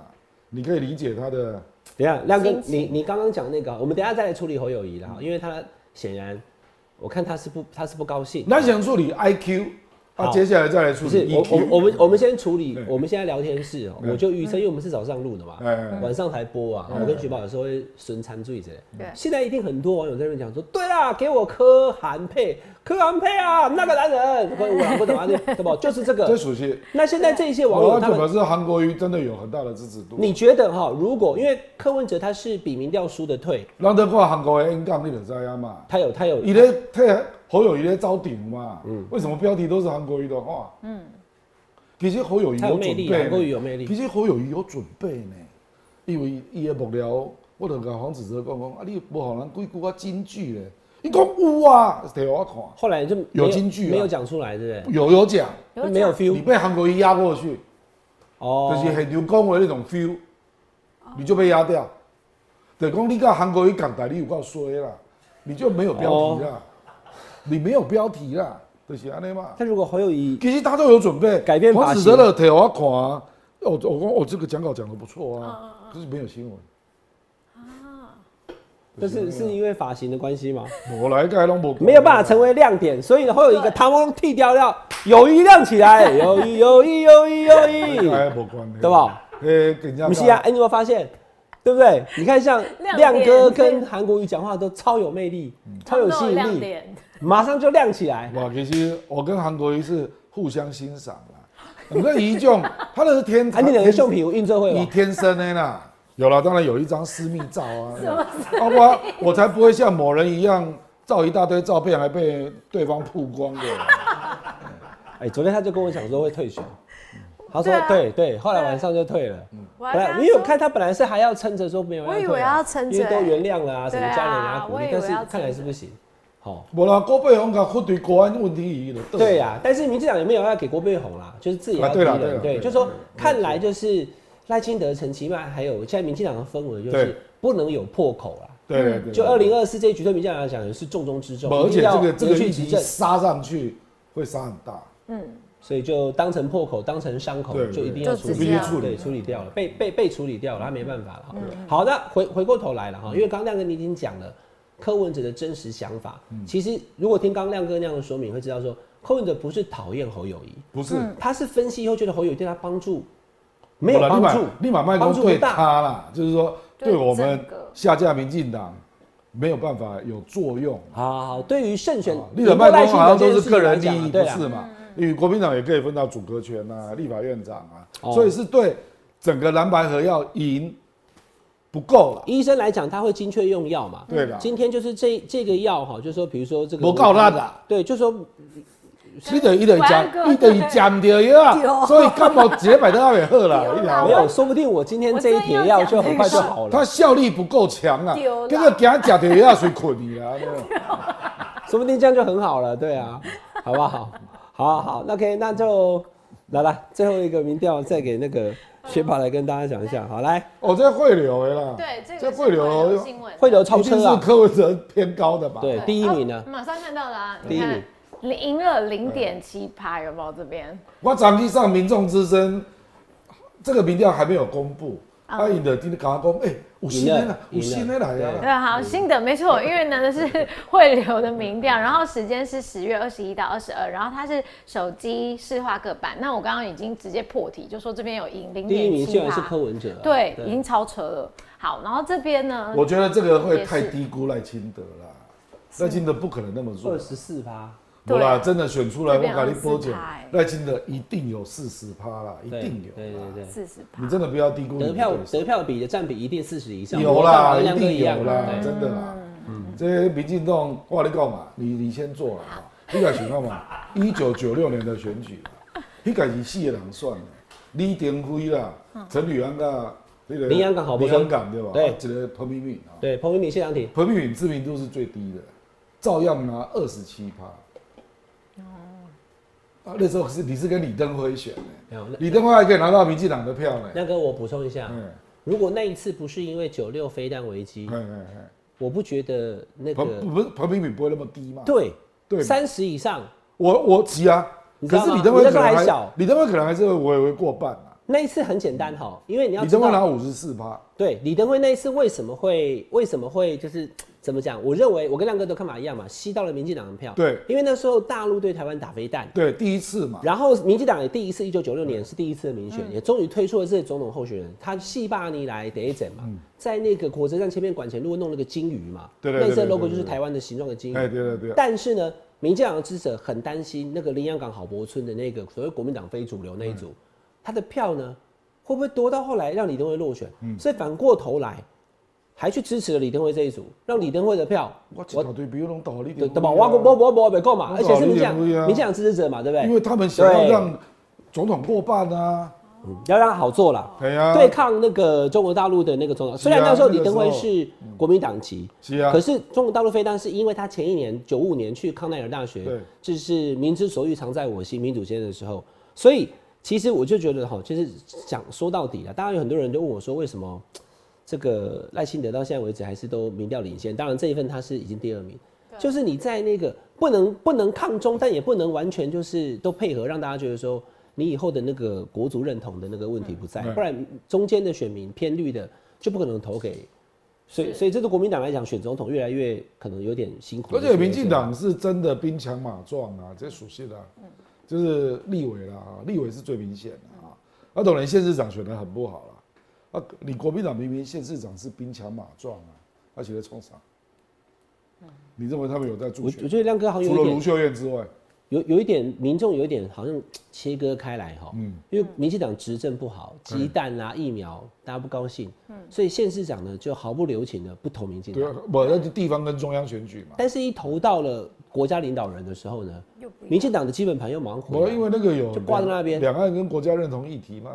S4: 你可以理解他的。
S2: 等一下，亮哥
S5: 心，情
S2: 你你刚刚讲那个，我们等一下再来处理侯友谊啦，因为他显然，我看他是不他是不高兴。
S4: 那想处理 IQ，
S2: 好
S4: 啊，接下来再来处
S2: 不是
S4: 理 E
S2: 我
S4: EQ。
S2: 我我们我们先处理
S4: 对，
S2: 我们现在聊天室哦，
S4: 嗯
S2: 我就预测，因为我们是早上录的嘛
S4: 嗯嗯，嗯
S2: 晚上才播啊。
S4: 哎
S2: 我跟雪宝有时候会损残醉之类。
S3: 对
S2: 现在一定很多网友在那边讲说，对啦，给我柯韩配，柯韩配啊，那个男 人，我我不懂啊，对对不？就是这
S4: 这
S2: 个。
S4: 属性，
S2: 那现在这些网
S4: 我
S2: 友
S4: 要
S2: 他
S4: 就
S2: 们
S4: 表示韩国瑜真的有很大的支持度。
S2: 你
S4: 你
S2: 觉得哈，如果因为柯文哲他是比民调输的退，
S4: 让他看韩国的 N 杠，你就知道嘛？
S2: 他有他有
S4: 伊咧替侯友谊咧招顶嘛？
S2: 嗯
S4: 为什么标题都是韩国瑜的话？嗯，其实侯友谊
S2: 他有
S4: 有
S2: 魅
S4: 准备
S2: 力，
S4: 呢，
S2: 韩国瑜有魅力
S4: 其。实侯友谊有准备呢，因为伊的幕僚，我就甲黄子哲讲讲，啊，你无互人几句啊金句咧，伊讲有啊，摕互我看，
S2: 后来就没
S4: 有金句啊
S2: 没有讲出来，对不
S4: 有有讲，
S2: 对？没有
S4: 你
S2: feel
S4: 被韩国瑜压过去，
S2: 哦
S4: 就是很流讲话那种 feel，你就被压掉，就讲你甲韩国瑜讲台，你有够衰啦，你就没有标题
S2: 哦
S4: 啦，你没有标题啦，就是安尼嘛。
S2: 但如果侯友谊
S4: 其实他都有准备，
S2: 改变发型
S4: 黄子哲的腿我看啊，我我讲我这个讲稿讲的不错
S2: 哦
S4: 啊，可是没有新闻。
S2: 但是是因为发型的关系吗？
S4: 我来盖拢无啊
S2: 没有办法成为亮点，所以呢，会有一个汤翁剃掉掉，友谊亮起来，友谊友谊友谊友谊，
S4: 哎，无关系，
S2: 对吧？
S4: 诶，更加
S2: 不是啊，哎，你有没有发现？对不对？你看像
S5: 亮点
S2: 亮哥跟韩国瑜讲话都超有魅力，超有吸
S5: 那种亮
S2: 引力，
S5: 点，
S2: 马上就亮起来。
S4: 哇，其实我跟韩国瑜是互相欣赏啦。我们跟一众，他那是天
S2: 啊，
S4: 才，
S2: 你两个胸皮有运动会哦
S4: 你
S2: 吗？
S4: 天生的啦。有了，当然有一张私密照啊。啊，我我才不会像某人一样照一大堆照片，还被对方曝光的。
S2: 哎，昨天他就跟我讲说会退选，他说
S3: 对啊
S2: 对对，后来晚上就退了。
S3: 我还
S2: 本
S3: 跟
S2: 来
S3: 他
S2: 你有
S3: 说
S2: 看他本来是还要撑着说没有退啊，
S3: 我以为要撑着
S2: 因为都原谅了啊，什么
S5: 对啊
S2: 家人啊鼓励
S5: 我以，为
S2: 但是
S5: 要撑着
S2: 看来是不行。好，
S4: 无啦，郭贝宏甲反对国安问题伊就倒
S2: 对呀，但是民进党也没有要给郭贝红啦，就是自己要
S4: 啊对啦
S2: 逼人
S4: 对啦
S2: 对，
S4: 对
S2: 就说看来就是赖清德、陈其迈还有现在民进党的氛围就是
S4: 对
S2: 不能有破口啦。
S4: 对对对，
S2: 就二零二四这一局对民进党来讲是重中之重，
S4: 而
S2: 一定
S4: 且
S2: 要
S4: 这个这
S2: 延
S4: 个
S2: 续
S4: 议
S2: 执
S4: 题
S2: 政，
S4: 杀上去会杀很大，
S2: 所以就当成破口，当成伤口，
S4: 对
S2: 就一定
S4: 对
S2: 要
S3: 就
S2: 处
S3: 直
S2: 理，
S3: 接啊要处
S4: 理
S2: 对，处理掉了，被被被处理掉了，他没办法了
S3: 嗯
S2: 哈。好，那回回过头来了哈，
S4: 嗯
S2: 因为刚刚亮哥你已经讲了柯文哲的真实想法，
S4: 嗯
S2: 其实如果听刚刚亮哥那样的说明，会知道说柯文哲不是讨厌侯友谊，
S4: 不是？
S2: 他是分析以后觉得侯友谊对他帮助没有
S4: 好啦
S2: 帮
S4: 立马
S2: 助，
S4: 立马麦
S2: 帮
S4: 克
S2: 助
S4: 对
S2: 不大，
S4: 他啦，就是说
S5: 对
S4: 对我们
S5: 整个
S4: 下架民进党没有办法有作用。
S2: 好好，好对于胜选
S4: 啊立法麦克好像都是个人利益，
S2: 对
S4: 不
S2: 啊
S4: 是嘛？因为国民党也可以分到主阁权啊，立法院长啊，
S2: 哦
S4: 所以是对整个蓝白河要赢不够了。
S2: 医生来讲，他会精确用药嘛？
S4: 对的
S2: 今天就是这这个药哈，就是说，比如说这个，
S4: 不够烂啦
S2: 对，就说
S4: 你得一得
S5: 乖
S4: 讲
S5: 哥，
S4: 你得讲掉呀，啊所以干嘛几百到也喝了，你
S5: 好
S4: 了
S2: 没有，说不定我今天这一帖药就很快就好
S4: 它
S2: 了，
S4: 效力不够强啊，
S5: 对啦
S4: 这个给他假的药水捆你啊，对吧
S2: 说不定这样就很好了，对啊，好不好？好好好，那 OK，那就来来最后一个民调，再给那个先跑来跟大家讲一下。好，来，
S4: 哦，这汇流的啦，
S5: 对，这
S4: 这
S5: 个是
S4: 汇流
S5: 新闻，
S2: 汇流超
S4: 一定
S2: 车
S4: 是
S2: 啊，
S4: 柯文哲偏高的吧？
S2: 对，
S5: 对
S2: 第一名呢
S5: 哦，马上看到了啊，
S2: 第一
S5: 你看
S2: 名
S5: 你赢了零点七趴，有没有这边？
S4: 我长期上民众之声，这个民调还没有公布，
S5: 哦
S4: 阿颖的今天赶快公布，哎，五十
S2: 赢了
S4: 年了，五十
S2: 赢了
S4: 年来啊
S5: 对，啊
S4: 了，
S5: 好，新的 没错，因为呢这是汇流的民调，然后时间是十月二十一到二十二，然后它是手机市话各版。那我刚刚已经直接破题，就说这边有赢零
S2: 第一
S5: 点
S2: 名
S5: 七
S2: 竟然是
S5: 趴
S2: 柯，文哲啊，
S5: 对，已经超车了。好，然后这边呢，
S4: 我觉得这个会太
S5: 也是
S4: 低估赖清德啦，赖清德不可能那么弱
S2: 二，十四趴，
S4: 不啦，
S5: 对
S4: 真的选出来，
S5: 这
S4: 我
S5: 边
S4: 给你波姐
S5: 24趴欸，
S4: 赖清德一定有四十趴啦，一定有啊
S2: 对
S4: 啦，
S2: 对对
S5: 四十趴
S4: 你，真的不要低估你的
S2: 得票
S4: 对手
S2: 得票比的占比一定四十以上，
S4: 有啦，
S2: 跟
S4: 一
S2: 亮哥
S4: 定
S2: 样啊
S4: 有啦，
S2: 对
S4: 真的啦。嗯，这些民进党，我跟你讲嘛，你你先做了哈，你敢想看嘛？一九九六年的选举啦，你敢是四个人算的，李登辉啦，陈履安啊，那个
S2: 林洋港郝柏
S4: 林
S2: 村
S4: 洋港对吧？
S2: 对
S4: 啊一个彭明敏啊，
S2: 对，彭明敏、谢长廷，
S4: 彭明敏知名度是最低的，照样拿二十七趴。啊，那时候是你是跟李登辉选的，
S2: 没有
S4: 李登辉还可以拿到民进党的票呢。
S2: 亮哥，我补充一下，
S4: 嗯，
S2: 如果那一次不是因为九六飞弹危机
S4: 哎，哎哎，
S2: 我不觉得那
S4: 彭
S2: 个
S4: 不是彭明敏不会那么低嘛？
S2: 对
S4: 对嘛
S2: 三十以上
S4: 我我急啊，
S2: 你知
S4: 可
S2: 道吗
S4: 是李登辉可
S2: 你那
S4: 能
S2: 时候还
S4: 还
S2: 小
S4: 李登辉可能还是会微微过半啊。
S2: 那一次很简单哈，因为你要
S4: 李
S2: 知
S4: 登辉
S2: 道
S4: 拿，五十四趴，
S2: 对李登辉那一次为什么会为什么会就是怎么讲？我认为我跟亮哥都看法一样嘛，吸到了民进党的票，
S4: 对
S2: 因为那时候大陆对台湾打飞弹。
S4: 对，第一次嘛，
S2: 然后，民进党也第一次，一九九六年是第一次的民选，也终于推出了这个总统候选人。他戏霸你来得一整嘛，在那个火车站前面管前路弄了个金鱼嘛，
S4: 对对对
S2: 那次的
S4: 对对
S2: logo
S4: 对
S2: 就是
S4: 对
S2: 台湾的形状的金鱼。
S4: 哎，对对对，
S2: 但是呢，民进党的支持者很担心那个林洋港郝柏村的那个所谓国民党非主流那一组，他的票呢会不会多到后来让李登辉落选？所以反过头来还去支持了李登辉这一组，让李登辉的票
S4: 我一大堆比如拢倒立
S2: 对
S4: 的，
S2: 对吧？我我我我我没够嘛，
S4: 我
S2: 而且是民进
S4: 我也不
S2: 党
S4: 一样
S2: 民进党支持者嘛，对不对？
S4: 啊因为他们想要
S2: 对
S4: 让总统过半啊，
S2: 嗯要让他好做啦。
S4: 对啊，
S2: 对抗那个中国大陆的那个总统，虽然那时候李登辉是国民党籍，
S4: 是啊
S2: 可是中国大陆非但是因为他前一年九五年去康奈尔大
S4: 对
S2: 学，就是民之所欲常在我心，民主先生的时候，所以其实我就觉得哈，就是讲说到底了，当然有很多人就问我说，为什么这个赖清德到现在为止还是都民调领先？当然这一份他是已经第二名。就是你在那个不能不能抗中，但也不能完全就是都配合，让大家觉得说你以后的那个国族认同的那个问题不在，
S4: 嗯
S2: 不然中间的选民偏绿的就不可能投给，所以所以这对国民党来讲，选总统越来越可能有点辛苦。
S4: 而且民进党是真的兵强马壮啊，这属性啊，就是立委啦，啊立委是最明显的啊。那当然县市长选的很不好啦，啊，你国民党明明县市长是兵强马壮啊，而且在冲啥？你认为他们有在助
S2: 我我
S4: 选？
S2: 觉得亮哥好像
S4: 除
S2: 有
S4: 了
S2: 一点
S4: 卢秀燕之外，
S2: 有有一点民众有一点好像切割开来哈，
S4: 嗯
S2: 因为民进党执政不好，鸡蛋啦、疫苗大家不高兴，
S3: 嗯
S2: 所以县市长呢就毫不留情的不投民进
S4: 对
S2: 党
S4: 啊。，不，那就地方跟中央选举嘛。
S2: 但是，一投到了国家领导人的时候呢，
S3: 又不一样
S2: 民进党的基本盘又忙回
S4: 我
S2: 来
S4: 因为那个有
S2: 就挂在那边
S4: 两岸跟国家认同议题嘛，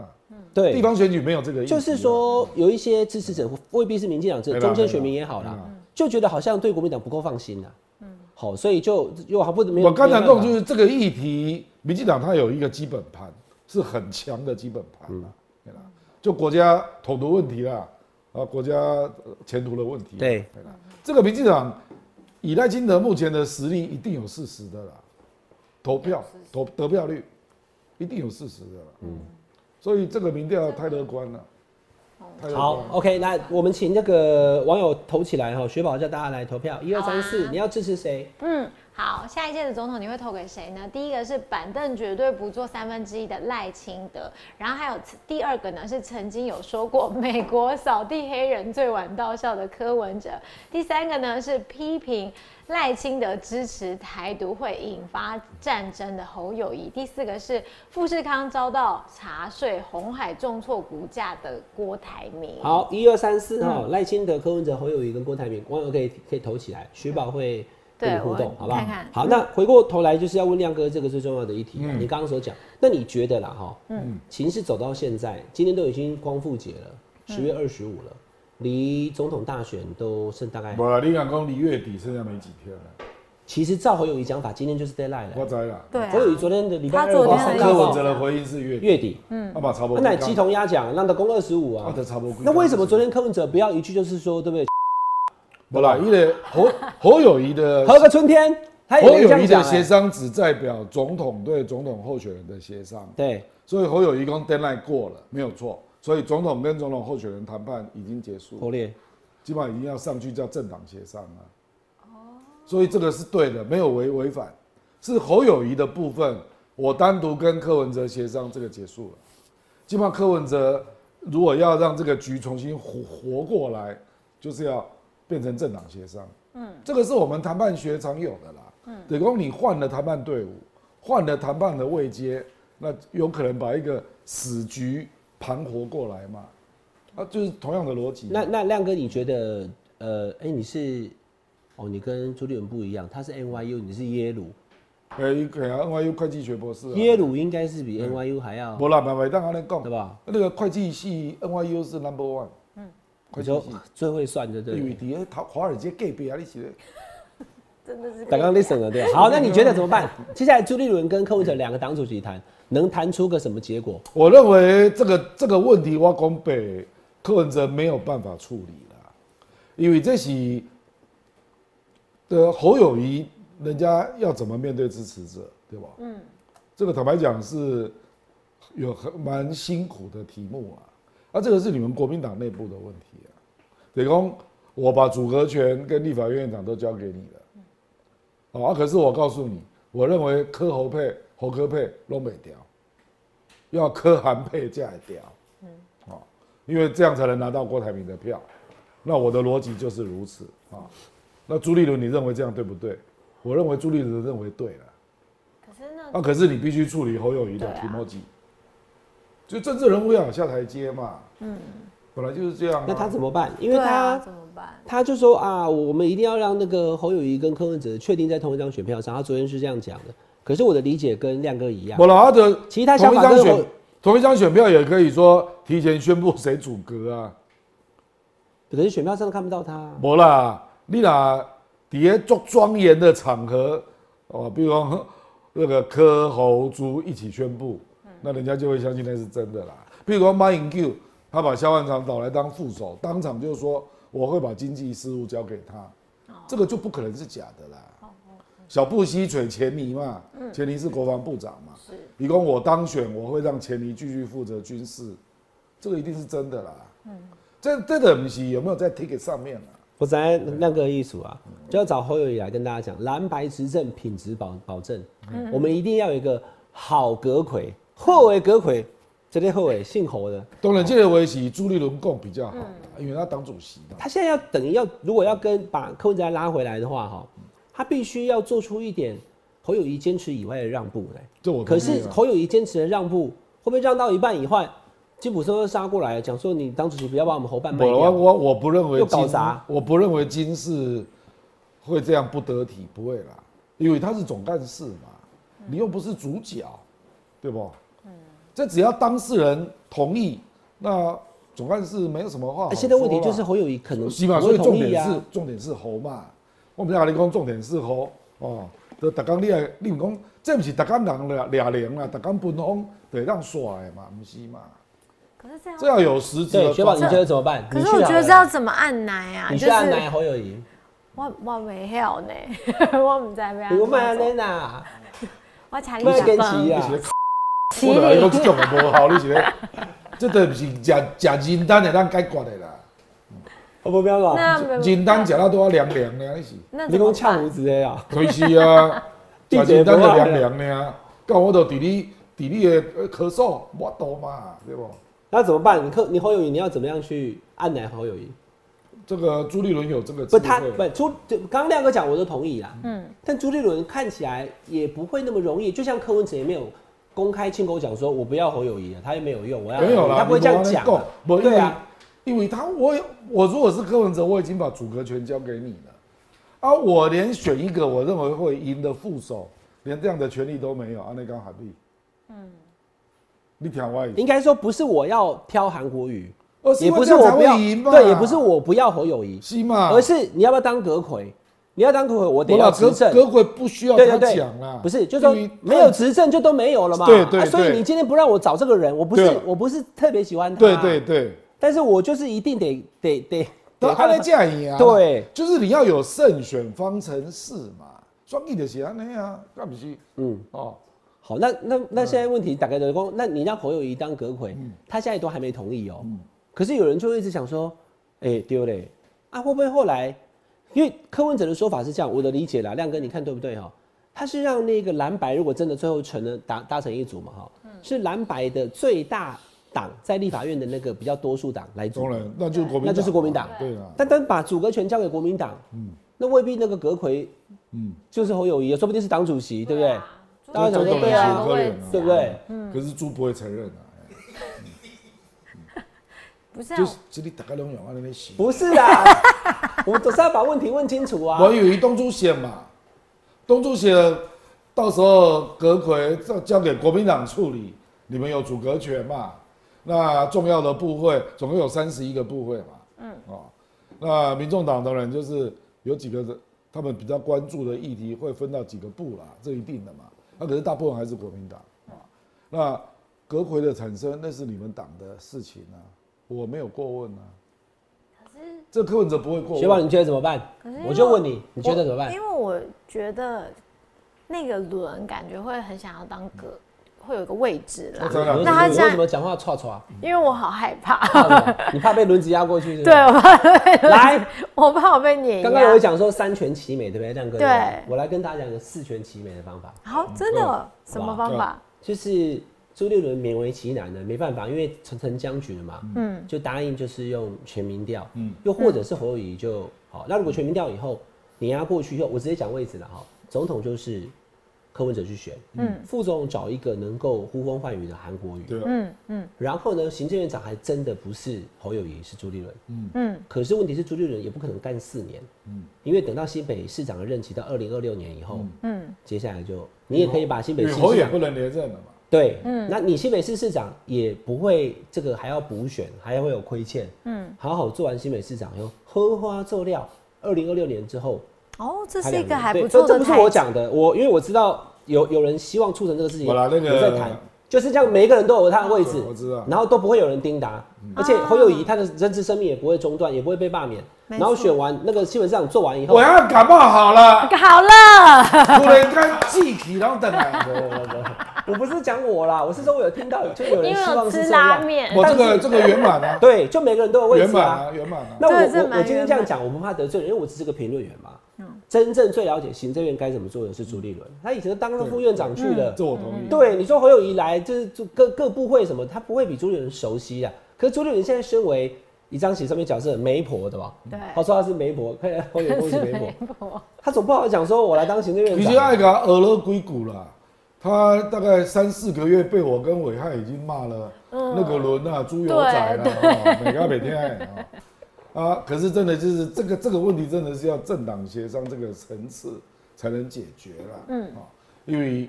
S2: 对
S4: 地方选举没有这个议题啊。
S2: 就是说有一些支持者未必是民进党支持，
S4: 对啦嗯
S2: 中间选民也好
S4: 对
S2: 啦
S4: 啦，
S3: 嗯
S2: 就觉得好像对国民党不够放心啦。啊好，所以就又好不没有
S4: 我刚才
S2: 没有办
S4: 弄
S2: 法
S4: 就是这个议题，民进党它有一个基本盘，是很强的基本盘
S2: 嗯
S4: 啦，对啦，就国家统独问题啦，啊，国家呃前途的问题，
S2: 对
S4: 啦，这个民进党以赖清德目前的实力，一定有事实的啦，投票投得票率一定有事实的啦，嗯，所以这个民调太乐观了，太乐观
S2: 好
S4: 了。
S2: ，OK，那我们请那个网友投起来哈，雪宝叫大家来投票，一二三四，
S5: 好啊
S2: 你要支持谁？
S5: 嗯，好，下一届的总统你会投给谁呢？第一个是板凳绝对不做三分之一的赖清德，然后还有第二个呢是曾经有说过美国扫地黑人最晚到校的柯文哲，第三个呢是批评赖清德支持台独会引发战争的侯友谊，第四个是富士康遭到查税，红海重挫股价的郭台铭。
S2: 好，一二三四哈，赖清德、柯文哲、侯友谊跟郭台铭，网友可以可以投起来，雪宝会跟你
S5: 对
S2: 互动
S5: 我，
S2: 好不好？
S5: 看看
S2: 好，那回过头来就是要问亮哥这个最重要的一题啊，你刚刚所讲，那你觉得啦哈，嗯，情势走到现在，今天都已经光复节了，十月二十五了，离总统大选都剩大概
S4: 不了，你敢讲离月底剩下没几天了，
S2: 其实照侯友谊讲法，今天就是 deadline
S4: 我
S2: 了。
S4: 知啦。
S3: 对啊
S2: 侯，友谊昨天的礼拜
S3: 他
S2: 二
S3: 昨
S2: 公
S3: 天嗯
S2: 告
S3: 的
S4: 柯文
S3: 意
S4: 哲
S3: 思
S4: 的回应是月底，
S2: 月底，
S4: 啊嘛差不多。
S2: 那乃鸡同鸭讲，让他公二十五啊，
S4: 啊就差不多。
S2: 那为什么昨天柯文哲不要一句就是说，对不对？
S4: 不啦？因为 侯侯友谊的
S2: 合个春天，他也
S4: 侯
S2: 没哎这
S4: 友
S2: 样
S4: 谊的
S2: 讲、
S4: 协
S2: 欸。
S4: 商只代表总统对总统候选人的协商，
S2: 对，
S4: 所以侯友谊跟 deadline 过了，没有错。所以总统跟总统候选人谈判已经结束了
S2: 侯，烈，
S4: 基本上已经要上去叫政党协商了。所以这个是对的，没有违违反，是侯友谊的部分，我单独跟柯文哲协商，这个结束了。基本上柯文哲如果要让这个局重新活活过来，就是要变成政党协商。嗯，这个是我们谈判学常有的啦。嗯，等于你换了谈判队伍，换了谈判的位阶，那有可能把一个死局盘活过来嘛？啊，就是同样的逻辑。
S2: 那那亮哥，你觉得，呃，哎、你是，哦，你跟朱立伦不一样，他是 NYU，你是耶鲁，
S4: 哎，可能 NYU 会计学博士、啊。
S2: 耶鲁应该是
S4: 嗯
S2: 比 NYU 还要，
S4: 无啦，慢慢当安尼讲
S2: 啊对，吧？
S4: 那个会计系 NYU 是 number one，嗯，会
S2: 你
S4: 计
S2: 说啊
S4: 系，
S2: 最会算的，对
S4: 因
S2: 不
S4: 为
S2: 对？
S4: 伫咧华华尔街隔壁啊，你是咧，
S5: 啊真的是
S2: 刚刚 listen 了，对。好，那你觉得怎么 办？接下来朱立伦跟柯文哲两个党主席谈，能谈出个什么结果？
S4: 我认为这个这个问题，我讲被柯文哲没有办法处理啦，因为这是的侯友谊，人家要怎么面对支持者，对吧？嗯，这个坦白讲是有很蛮辛苦的题目啊，啊，这个是你们国民党内部的问题啊。等于说我把组合权跟立法院长都交给你了，哦、啊，可是我告诉你，我认为柯侯配、侯柯配都没掉，要柯韩配才会掉，嗯，哦，因为这样才能拿到郭台铭的票。那我的逻辑就是如此啊、那朱立伦，你认为这样对不对？我认为朱立伦认为对了。
S5: 可是呢，
S4: 啊，可是你必须处理侯友谊的
S5: 嗯对啊
S4: 题目记，就政治人物要有下台阶嘛。嗯，本来就是这样、啊。
S2: 那他怎么办？因为
S3: 对
S2: 他
S3: 啊，怎么办？
S2: 他就说啊，我们一定要让那个侯友谊跟柯文哲确定在同一张选票上。他昨天是这样讲的，可是我的理解跟亮哥一样
S4: 不，了，他的
S2: 其他想
S4: 同一
S2: 法
S4: 张
S2: 跟
S4: 选
S2: 侯
S4: 同一张选票也可以说提前宣布谁阻隔啊。
S2: 可是选票上看不到他。
S4: 不啦，你啦，底下做庄严的场合哦，比如说那个柯侯猪一起宣布，那人家就会相信那是真的啦。比如说马英九，他把萧万长找来当副手，当场就说我会把经济事务交给他，这个就不可能是假的啦。小布希选钱尼嘛，钱尼是国防部长嘛，以供我当选，我会让钱尼继续负责军事，这个一定是真的啦。这这个不是有没有在 ticket 上面啊？
S2: 我在那个艺术啊，就要找侯友谊来跟大家讲，蓝白执政品质保保证，我们一定要有一个好阁魁，后为阁魁，这类后为姓侯的，
S4: 当然，这个围棋朱立伦共比较好，因为他当主席嘛。
S2: 他现在要等于要如果要跟把柯文哲拉回来的话哈，他必须要做出一点侯友谊坚持以外的让步嘞。
S4: 这我
S2: 可
S4: 同意
S2: 是
S4: 啊
S2: 侯友谊坚持的让步，会不会让到一半以外，金普松又杀过来讲说你当主席不要把我们侯办卖
S4: 我
S2: 掉？
S4: 我我不认为
S2: 又搞
S4: 金
S2: 砸，
S4: 我不认为金是会这样不得体，不会啦，因为他是总干事嘛，你又不是主角，对不？这只要当事人同意，那总干事没有什么话好说
S2: 啊
S4: 啦。
S2: 现在问题就是侯友谊可能
S4: 是嘛，
S2: 不
S4: 所
S2: 会
S4: 以重
S2: 同意啊
S4: 点
S2: 呀、
S4: 是重点是猴嘛。我们在跟你讲重点是猴哦，就逐工你也你唔讲，这不是逐工人俩俩零啦，逐工奔风得让耍的嘛，不是嘛？
S5: 可是这样
S4: 这要有实质
S2: 对，
S4: 的
S2: 雪宝，
S4: 状
S2: 你
S4: 态。
S2: 觉得怎么办？
S3: 可
S2: 你
S3: 是
S2: 去
S3: 我
S2: 好
S3: 觉得
S2: 了
S3: 这要怎么按奶啊？
S2: 你去按奶侯友谊，
S5: 我我没晓呢， 我唔知道
S3: 啊
S5: 要
S2: 我啊
S5: 怎
S2: 们安
S5: 么
S2: 尼
S5: 做，
S2: 呐，
S5: 我请你
S2: 不要跟
S5: 讲
S2: 齐
S4: 你
S2: 啊
S4: 是，咧
S5: 麒
S4: 我就啊跟你讲这
S5: 麟，
S4: 种的无效，你是 咧，这都不是假假人单的咱解决的啦，
S2: 我啊不要了，
S5: 那没
S4: 人单假到都要凉凉的，你是，
S5: 那
S2: 你
S5: 怎
S2: 给我
S5: 么
S2: 呛胡
S5: 办？啊
S2: 子的呀，
S4: 可是啊，
S2: 地
S4: 假
S2: 铁
S4: 人
S2: 不
S4: 单
S2: 好
S4: 就凉凉的啊，到我就伫你伫你的呃咳嗽，我多嘛，对不？
S2: 那怎么办？你扣你侯友谊，你要怎么样去按奶侯友谊？
S4: 这个朱立伦有这个
S2: 不，
S4: 智慧
S2: 他不朱，就刚刚亮哥讲我都同意啦，嗯，但朱立伦看起来也不会那么容易，就像柯文哲也没有公开亲口讲说我不要侯友谊了，他也没有用，我要
S4: 没有啦，
S2: 他不会这样讲啊，
S4: 不，
S2: 对啊，
S4: 因为，因为他我有我如果是柯文哲，我已经把主格权交给你了，啊，我连选一个我认为会赢的副手，连这样的权利都没有，啊，那刚好嗯，你听我的意思，
S2: 应该说不是我要挑韩国瑜，
S4: 而是
S2: 也
S4: 因为
S2: 不
S4: 这
S2: 是我
S4: 样才
S2: 不要，
S4: 会赢嘛，
S2: 对，也不是我不要侯友谊，
S4: 是嘛，啊
S2: 而是你要不要当阁魁？你要当阁揆，我得
S4: 我
S2: 要
S4: 老
S2: 执
S4: 哥
S2: 政。
S4: 哥鬼不需要
S2: 对
S4: 他
S2: 对对
S4: 讲啊啦，，
S2: 不是，就是说
S4: 你
S2: 没有执政就都没有了嘛。
S4: 对对
S2: 啊所以
S4: 对
S2: 你今天不让我找这个人，我不是
S4: 对啊
S2: 我不是特别喜欢他。
S4: 对对。对，
S2: 但是我就是一定得得得
S4: 都
S2: 得
S4: 按来这样啊，
S2: 对，
S4: 就是你要有胜选方程式嘛，双翼的是安尼啊，那不是，嗯，哦，
S2: 好，那那那
S4: 嗯
S2: 现在问题大概就是说，那你让侯友谊当阁揆，他现在都还没同意哦。
S4: 嗯
S2: 可是有人就一直想说，哎、丢嘞，啊会不会后来，因为柯文哲的说法是这样，我的理解啦，亮哥你看对不对哈、他是让那个蓝白如果真的最后成了达搭成一组嘛哈、
S4: 嗯
S2: 是蓝白的最大党在立法院的那个比较多数党来组
S4: 当，然，那就是国民
S2: 啊
S4: 党，
S2: 那就是国民党
S4: 对啊，
S2: 但但把组阁权交给国民党，那未必那个阁揆
S4: 嗯，
S2: 就是侯友谊，说不定是党主席，对不对？
S5: 对啊
S2: 大家想
S4: 这
S2: 说
S4: 种
S2: 对
S4: 也是
S2: 啊
S4: 有，可能啊
S2: 对不对？
S4: 可是猪不会承认啊，
S5: 不是、啊
S4: 就，是这里大家拢用安尼写，
S2: 不是 啦，我们总是要把问题问清楚啊
S4: 我。以为东主席嘛，东主席到时候阁魁交交给国民党处理，你们有主阁权嘛？那重要的部会总共有三十一个部会嘛，嗯，哦，那民众党当然就是有几个的他们比较关注的议题会分到几个部啦，这一定的嘛。那可是大部分还是国民党啊、那阁魁的产生那是你们党的事情啊，我没有过问啊。这柯文哲不会过问。
S2: 学宝，你觉得怎么办
S5: 可是？
S2: 我就问你，你觉得怎么办
S5: 因？为我觉得那个轮感觉会很想要当阁，会有一个位置啦
S4: 我，真的
S2: 你
S5: 那他
S2: 为
S5: 这样
S2: 什么讲话歘歘？
S5: 因为我好害怕，
S2: 你怕被轮子压过去是不是？
S5: 对，啊我怕
S2: 来，
S5: 我怕我被碾压。
S2: 刚刚有讲说三全其美，对不对，亮哥？
S5: 对
S2: 我来跟大家讲个四全其美的方法，
S5: 好，真
S2: 啊
S5: 的什么方法？
S2: 就是朱立伦勉为其难的，没办法，因为层层僵局了嘛，嗯，就答应就是用全民调，嗯，又或者是侯友谊就好。那如果全民调以后碾压过去以后，我直接讲位置了哈，总统就是柯文哲去选，嗯，副总统找一个能够呼风唤雨的韩国瑜，
S4: 对啊，
S5: 嗯嗯
S2: 然后呢，行政院长还真的不是侯友谊，是朱立伦。
S5: 嗯，
S2: 可是问题是朱立伦也不可能干四年，因为等到新北市长的任期到二零二六年以后，
S5: 嗯
S2: 接下来就你也可以把新北
S4: 吕
S2: 市
S4: 侯
S2: 市
S4: 也
S2: 长
S4: 不能连任了嘛。
S2: 对，
S5: 嗯
S2: 那你新北市市长也不会这个还要补选，还会有亏欠，嗯，好好做完新北市长以后，喝花做料，二零二六年之后，
S5: 哦，这
S2: 他
S5: 是一
S2: 两
S5: 个
S2: 年
S5: 还
S2: 对
S5: 不错
S2: 这
S5: 的
S2: 这不是
S5: 台
S2: 我
S5: 阶
S2: 讲的，我因为我知道有有人希望促成这个事情，
S4: 好啦那个啊
S2: 有在谈，就是这样，每一个人都有他的位置，
S4: 我知道嗯
S2: 然后都不会有人叮答，而且侯友谊他的政治生命也不会中断，也不会被罢免，
S5: 哦没
S2: 然后
S5: 错
S2: 选完那个新闻市长做完以后
S4: 我，要感冒好 了，
S5: 好了，
S4: 突然间记起，然后等来。
S2: 我不是讲我啦，我是说我有听到就有人
S5: 因为
S2: 希
S5: 我
S2: 望
S5: 吃
S2: 是这
S5: 拉
S2: 样，
S5: 面，
S4: 我这个这个圆满啊，
S2: 对，就每个人都有位
S4: 圆
S2: 置
S4: 满
S2: 啊
S4: 啊，。圆满啊。
S2: 那我
S5: 对这
S2: 我
S5: 蛮
S2: 我今天这
S5: 圆满嗯
S2: 样讲，我不怕得罪人，因为我只是个评论员嘛。真正最了解行政院该怎么做的是朱立伦，他以前当上副院长去了。
S4: 这我同意。
S2: 对，你说侯友谊来就是就各各部会什么，他不会比朱立伦熟悉啊。可是朱立伦现在身为一张写上面角色媒婆对吧？
S5: 对
S2: 他说他是媒婆，看起来侯友谊是 媒婆，
S5: 我
S2: 他总不好讲说我来当行政院
S4: 其实
S2: 长。
S4: 艾嘎俄勒硅谷啦，他大概三四个月被我跟伟汉已经骂了，那个伦啊、猪油仔啦，哦每个每天啊。啊，可是真的就是这个这个问题，真的是要政党协商这个层次才能解决啦。嗯啊，因为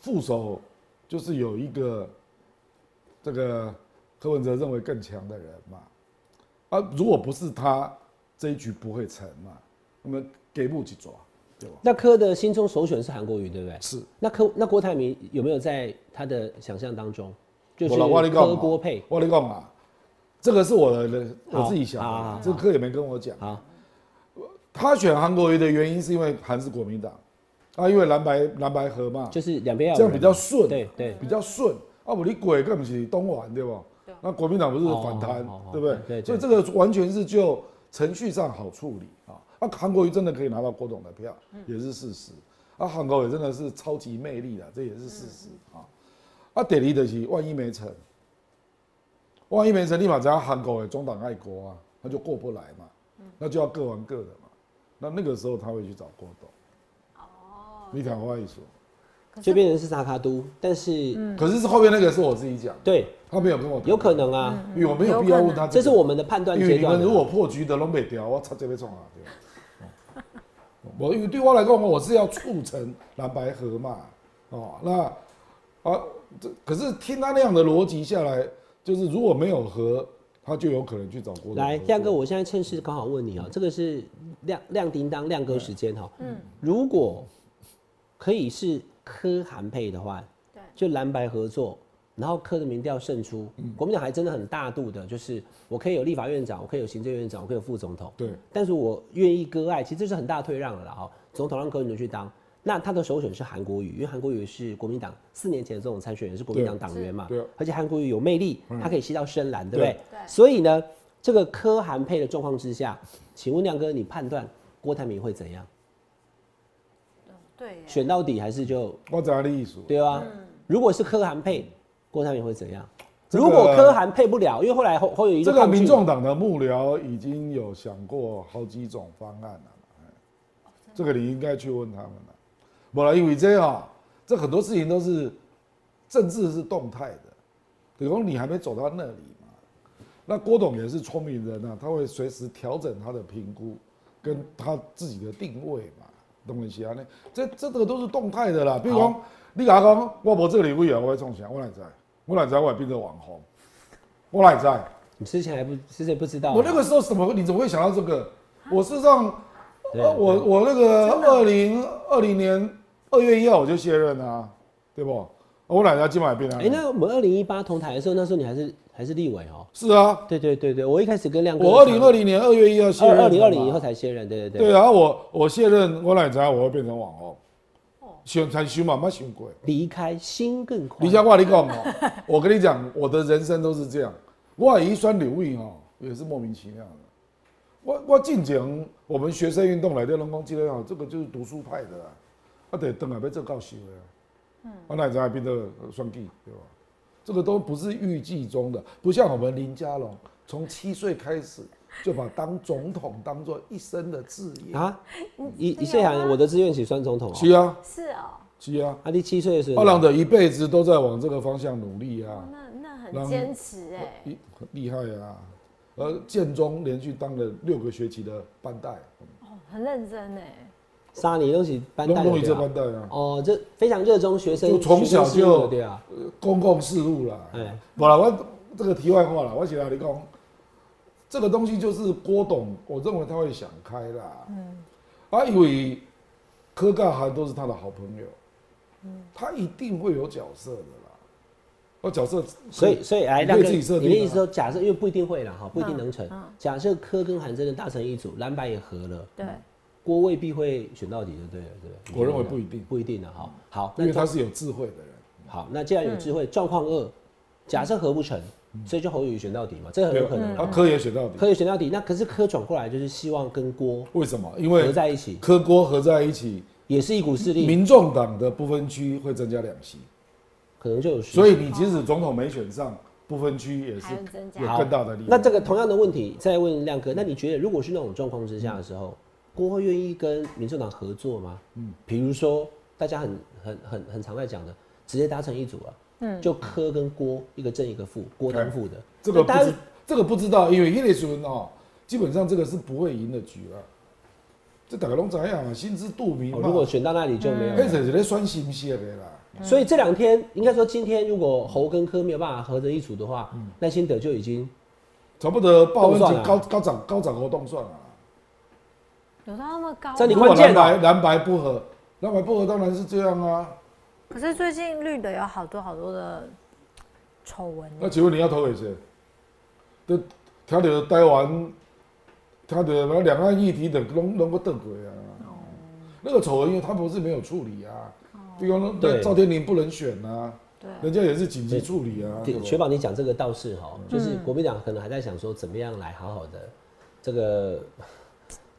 S4: 副手就是有一个这个柯文哲认为更强的人嘛，啊，如果不是他，这一局不会成嘛，那么给不起抓，对吧？
S2: 那柯的心中首选是韩国瑜，对不对？
S4: 是。
S2: 那柯那郭台铭有没有在他的想象当中，就是
S4: 我老我跟你讲
S2: 柯
S4: 嘛
S2: 郭配？
S4: 我跟你讲啊，这个是我的
S2: 好
S4: 我自己想
S2: 好好
S4: 的
S2: 好，
S4: 这个课也没跟我讲。
S2: 好，
S4: 他选韩国瑜的原因是因为韩是国民党，啊，因为蓝白蓝白合嘛，
S2: 就是两边要有
S4: 这样
S2: 人
S4: 比较
S2: 嘛
S4: 顺，
S2: 对对。
S4: 比较顺。啊，我你鬼更不是东莞对吧？那国民党不是反弹
S2: 哦哦哦，
S4: 对不对？
S2: 对对
S4: 所以这个完全是就程序上好处理啊。啊，韩国瑜真的可以拿到郭董的票，也是事实。啊，韩国瑜真的是超级魅力的，这也是事实啊。啊，得力的是万一没成，万一没成，立马只要韩国瑜中党爱国啊，那就过不来嘛，那就要各玩各的嘛。那那个时候他会去找郭董。哦，你讲话一说，
S2: 就变成是嗯萨卡都，但是、
S4: 可是是后面那个是我自己讲的，
S2: 对，
S4: 他没有跟我谈
S2: 有可能啊，
S4: 因为我没有必要问他、
S2: 这是我们的判断
S4: 因为
S2: 阶
S4: 你
S2: 段
S4: 们
S2: 啊。
S4: 如果破局的都没掉，我操这边冲啊！对吧哦我因为对我来讲，我是要促成蓝白合嘛，哦，那啊，这可是听他那样的逻辑下来，就是如果没有合，他就有可能去找郭董合作。
S2: 来，亮哥，我现在趁势刚好问你啊、这个是亮亮叮当亮哥时间哈、嗯，如果可以是柯韩配的话，
S5: 对
S2: 就蓝白合作，然后柯的民调胜出，
S4: 嗯
S2: 国民党还真的很大度的，就是我可以有立法院长，我可以有行政院长，我可以有副总统，
S4: 对，
S2: 但是我愿意割爱，其实这是很大退让了啦哈、总统让柯文哲去当。那他的首选是韩国瑜，因为韩国瑜是国民党四年前的总统参选人，是国民党党员嘛，
S4: 对是对嗯
S2: 而且韩国瑜有魅力，他可以吸到深蓝，对不
S4: 对
S2: 对？所以呢，这个柯韩配的状况之下，请问亮哥，你判断郭台铭会怎样？
S3: 对耶，
S2: 选到底还是就
S4: 我怎样的艺术？
S2: 对啊？如果是柯韩配，郭台铭会怎样？
S4: 这个
S2: 如果柯韩配不了，因为后来侯侯友谊就
S4: 这个
S2: 抗拒
S4: 民众党的幕僚已经有想过好几种方案了嘛，哎这个你应该去问他们了。不然因为这样、啊，这很多事情都是政治是动态的，比如你还没走到那里嘛。那郭董也是聪明人啊，他会随时调整他的评估，跟他自己的定位嘛，懂我意思啊？那这这个都是动态的啦。比如讲，你甲讲我无这个委员，我会创啥？我哪知道？我哪知道我会变成网红？我哪知道？
S2: 你之前还不之前不知道啊，
S4: 我那个时候怎么会你怎么会想到这个？我事实上，
S2: 对
S4: 呃我我那个二零二零年二月一号我就卸任啊，对不？我奶奶今晚也变了。
S2: 哎、那我们二零一八同台的时候，那时候你还是还是立委哦、
S4: 是啊，
S2: 对对对对，我一开始跟亮哥
S4: 我二零二零年二月一号卸任的嘛，
S2: 二零二零以后才卸任，对对对。
S4: 对啊，我我卸任，我奶奶我会变成网红，
S2: 哦
S4: 想才想嘛，没想过。
S2: 离开心更快。
S4: 你像我跟你讲哦，我跟你讲，我的人生都是这样。我遗酸流运哦，也是莫名其妙的。我我进前我们学生运动来的龙宫纪念哦，这个就是读书派的啊，啊得等下被这告修的啊，我哪知道变得算计对吧？这个都不是预计中的，不像我们林佳龙从七岁开始就把当总统当做一生的志业。
S2: 啊，一一岁喊我的志愿起酸总统、
S4: 是
S2: 哦。
S4: 啊，
S5: 是哦，
S4: 是啊，
S2: 啊，你七岁的时候，
S4: 阿郎的一辈子都在往这个方向努力
S2: 嗯
S4: 啊。
S5: 那那
S4: 然
S5: 很
S4: 后
S5: 坚持哎，
S4: 一很厉害啊！呃，建中连续当了六个学期的班代，
S5: 哦很认真哎，
S2: 杀你东西班带
S4: 龙龙
S2: 的
S4: 宇
S2: 对
S4: 这
S2: 啊
S4: 班代啊，
S2: 哦，这非常热衷学生，
S4: 就从小就
S2: 学
S4: 嗯
S2: 生事务的对啊，
S4: 呃公共事务啦。
S2: 哎
S4: 不啦，我这个题外话啦，我写了你讲，这个东西就是郭董，我认为他会想开啦。嗯，啊，因为柯干涵都是他的好朋友，
S2: 嗯
S4: 他一定会有角色的啦。我角色，
S2: 所以所以来
S4: 你
S2: 亮
S4: 可以
S2: 哥，
S4: 自己设定啊
S2: 你的意思说，假设因为不一定会啦哈，不一定能成
S5: 嗯嗯。
S2: 假设柯跟韩真的大成一组，蓝白也合了，
S5: 对，
S2: 郭未必会选到底，就对了，对不对？
S4: 我认为不一定嗯
S2: 不一定的哈。好，那
S4: 因为他是有智慧的人。
S2: 好，那既然有智慧，状况二，假设合不成，所以就侯友宜选到底嘛，这很有可能
S4: 嗯他
S2: 嘛。
S4: 啊柯也选到底，
S2: 柯友宜选到底，那可是柯转过来就是希望跟郭
S4: 为什么？因
S2: 合
S4: 为
S2: 在一起，
S4: 柯郭合在一起，
S2: 也是一股势力，
S4: 民众党的不分区会增加两席，
S2: 可能就有十
S4: 所以你即使总统没选上，不分区也是
S5: 还有增加
S4: 有更大的利益。
S2: 那这个同样的问题，再问亮哥，那你觉得如果是那种状况之下的时候，郭会愿意跟民政党合作吗？嗯，比如说大家很很很很常在讲的，直接达成一组啊，嗯，就柯跟郭一个正一个负，郭当负的，
S4: 哎这个
S2: 那
S4: 不
S2: 当然
S4: 知这个不知道，因为叶利文哦，基本上这个是不会赢的局了。这大家拢知影嘛，心知肚明
S2: 哦
S4: 嘛。
S2: 如果选到那里就没有
S4: 那
S2: 了。
S4: 就是咧选心血的啦。
S2: 所以这两天应该说，今天如果侯跟柯没有办法合成一组的话，
S4: 嗯
S2: 赖清德就已经
S4: 差不多报
S2: 动
S4: 恩
S2: 算
S4: 就
S2: 啊
S4: 高高涨高涨活动算了啦。
S5: 有到那么高吗？
S2: 这你
S4: 如
S2: 关
S4: 果
S2: 键
S4: 蓝
S2: 哦
S4: 白蓝白不合，蓝白不合当然是这样啊。
S3: 可是最近绿的有好多好多的丑闻耶，
S4: 那请问你要投给谁？都调到台湾，调到两岸议题等拢拢个邓鬼啊。
S5: 哦
S4: 那个丑闻，因为他不是没有处理啊，比方说
S2: 对
S4: 那赵天林不能选啊，
S5: 对
S4: 人家也是紧急处理啊。嗯对
S2: 对，
S4: 吧
S2: 确保你讲这个倒是哈，就是国民党可能还在想说怎么样来好好的这个